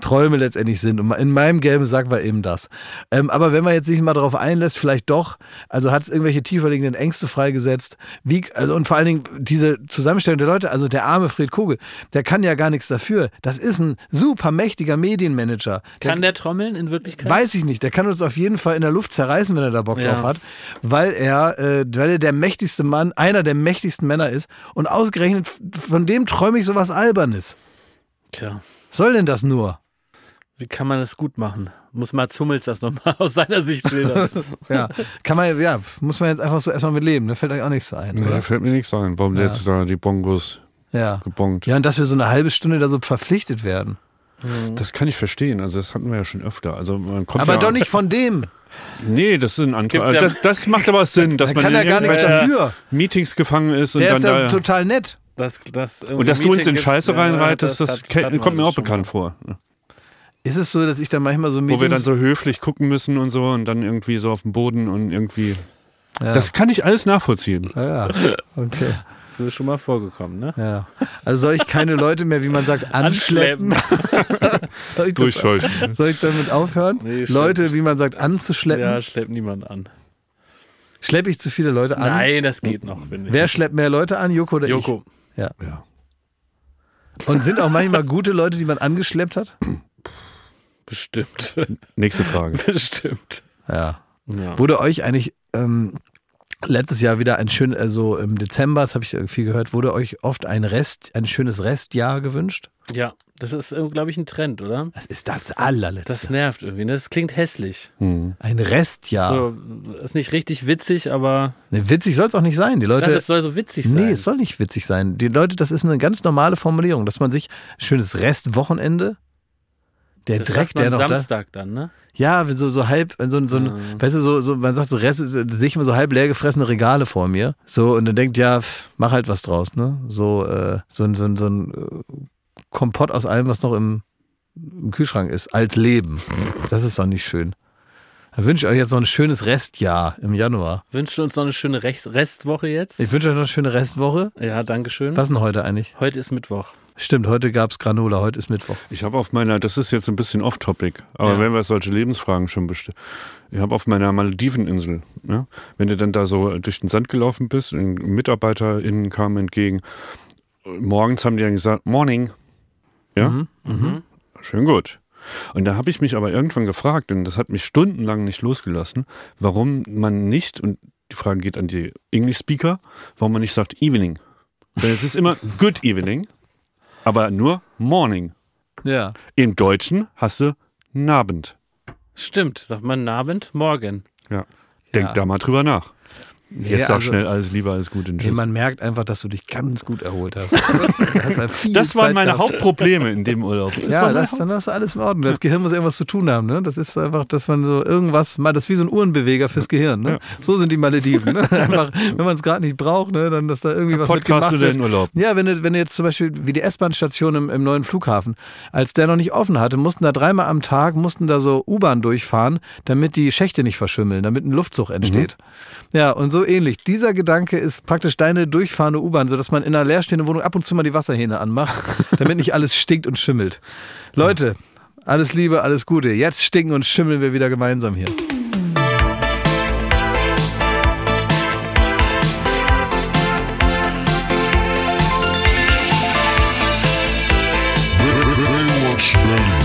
Träume letztendlich sind. Und in meinem gelben Sack war eben das. Ähm, aber wenn man jetzt sich mal darauf einlässt, vielleicht doch. Also hat es irgendwelche tieferliegenden Ängste freigesetzt. Wie, also und vor allen Dingen diese Zusammenstellung der Leute. Also der arme Fred Kogel, der kann ja gar nichts dafür. Das ist ein super mächtiger Medienmanager. Der Kann der trommeln in Wirklichkeit? Weiß ich nicht. Der kann uns auf jeden Fall in der Luft zerreißen, wenn er da Bock Ja. drauf hat, weil er, äh, weil er der mächtigste Mann, einer der mächtigsten Männer ist. Und ausgerechnet f- von dem träume ich sowas Albernes. Tja. Soll denn das nur? Wie kann man das gut machen? Muss Mats Hummels das nochmal [LAUGHS] aus seiner Sicht [LAUGHS] schildern. Ja, kann man, ja, muss man jetzt einfach so erstmal mit leben. Da fällt euch auch nichts so ein. Da Oder? fällt mir nichts ein, warum der jetzt da die Bongos Ja. gebongt. Ja, und dass wir so eine halbe Stunde da so verpflichtet werden. Das kann ich verstehen. Also das hatten wir ja schon öfter. Also man kommt Aber ja, doch nicht von dem. Nee, das ist ein Antrag. Gibt ja- Das, das macht [LAUGHS] aber Sinn, dass Da man kann in er gar nichts irgendwelchen dafür. Meetings gefangen ist und Der dann ist da. ja total nett. Das, das und dass du uns in Scheiße reinreitest, das, ke- kommt mir auch bekannt vor. ne? Ist es so, dass ich dann manchmal so Wo wir dann Meetings- so höflich gucken müssen und so und dann irgendwie so auf dem Boden und irgendwie. Das kann ich alles nachvollziehen. Ja, ja. okay. Das ist schon mal vorgekommen, ne? Ja. Also soll ich keine Leute mehr, wie man sagt, anschleppen? Anschleppen. Soll ich das- Durchscheuchen. Soll ich damit aufhören? Nee, stimmt. Leute, wie man sagt, anzuschleppen. Ja, schleppt niemand an. Schleppe ich zu viele Leute an? Nein, das geht noch, finde ich. Hm. Wer schleppt mehr Leute an, Joko oder Joko. ich? Ja. Ja. Und sind auch manchmal gute Leute, die man angeschleppt hat? Bestimmt. [LAUGHS] Nächste Frage. Bestimmt. Ja. Ja. Wurde euch eigentlich ähm, letztes Jahr wieder ein schön, also im Dezember, das habe ich äh, viel gehört, wurde euch oft ein Rest, ein schönes Restjahr gewünscht? ja, das ist, glaube ich, ein Trend, oder? Das ist das allerletzte. Das nervt irgendwie. ne? Das klingt hässlich. ein Restjahr. So, ist nicht richtig witzig, aber Ne, witzig soll es auch nicht sein. Die ich Leute. dachte, es soll so witzig sein. Nee, es soll nicht witzig sein. Die Leute, das ist eine ganz normale Formulierung, dass man sich schönes Restwochenende, der das Dreck, sagt man der noch da. Samstag Mhm. dann, ne? Ja, so, so halb, so, ein- so ein, weißt du, so, so, man sagt so, Rest, sehe ich immer so halb leer gefressene Regale vor mir. So, und dann denkt, ja, pff, mach halt was draus, ne? So, äh, so, ein- so, ein- so ein äh, Kompott aus allem, was noch im, im Kühlschrank ist, als Leben. Das ist doch nicht schön. Dann wünsche ich euch jetzt noch ein schönes Restjahr im Januar. Wünschen uns noch eine schöne Rech- Restwoche jetzt. Ich wünsche euch noch eine schöne Restwoche. ja, Dankeschön. Was denn heute eigentlich? Heute ist Mittwoch. Stimmt, heute gab's Granola, heute ist Mittwoch. Ich habe auf meiner, das ist jetzt ein bisschen off-topic, aber Ja. wenn wir solche Lebensfragen schon bestimmen. Ich habe auf meiner Malediveninsel, ne, wenn du dann da so durch den Sand gelaufen bist, und MitarbeiterInnen kamen entgegen, morgens haben die dann gesagt, Morning. Ja? Mhm. Schön gut. Und da habe ich mich aber irgendwann gefragt, und das hat mich stundenlang nicht losgelassen, warum man nicht, und die Frage geht an die English Speaker, warum man nicht sagt Evening. Denn es ist immer [LAUGHS] Good Evening, aber nur Morning. Ja. Im Deutschen hast du Nabend. Stimmt, sagt man Abend, morgen. Ja. Denk da mal drüber nach. Jetzt Ja, sag also- schnell alles lieber, alles gut in Nee, Tschüss. man merkt einfach, dass du dich ganz gut erholt [LAUGHS] hast. Du hast ja viel Das waren Zeit meine gehabt. Hauptprobleme in dem Urlaub. Das Ja, waren das, meine dann ist alles in Ordnung. Das Gehirn muss irgendwas zu tun haben. Ne? Das ist einfach, dass man so irgendwas mal, das ist wie so ein Uhrenbeweger fürs Gehirn. Ne? So sind die Malediven. Ne? [LAUGHS] Einfach, wenn man es gerade nicht braucht, ne? dann dass da [LAUGHS] irgendwie was mit Podcast gemacht oder wird. in Urlaub? Ja, wenn du, wenn du jetzt zum Beispiel wie die S-Bahn-Station im, im neuen Flughafen, als der noch nicht offen hatte, mussten da dreimal am Tag, mussten Mhm. da so U-Bahn durchfahren, damit die Schächte nicht verschimmeln, damit ein Luftzug entsteht. Ja, und so so ähnlich. Dieser Gedanke ist praktisch deine durchfahrende U-Bahn, sodass man in einer leerstehenden Wohnung ab und zu mal die Wasserhähne [LAUGHS] anmacht, damit nicht alles stinkt und schimmelt. Leute, alles Liebe, alles Gute. Jetzt stinken und schimmeln wir wieder gemeinsam hier. Baywatch Berlin.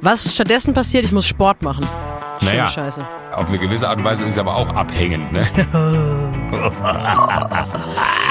Was stattdessen passiert, ich muss Sport machen. Schöne Naja. Scheiße. Auf eine gewisse Art und Weise ist es aber auch abhängend. Ne?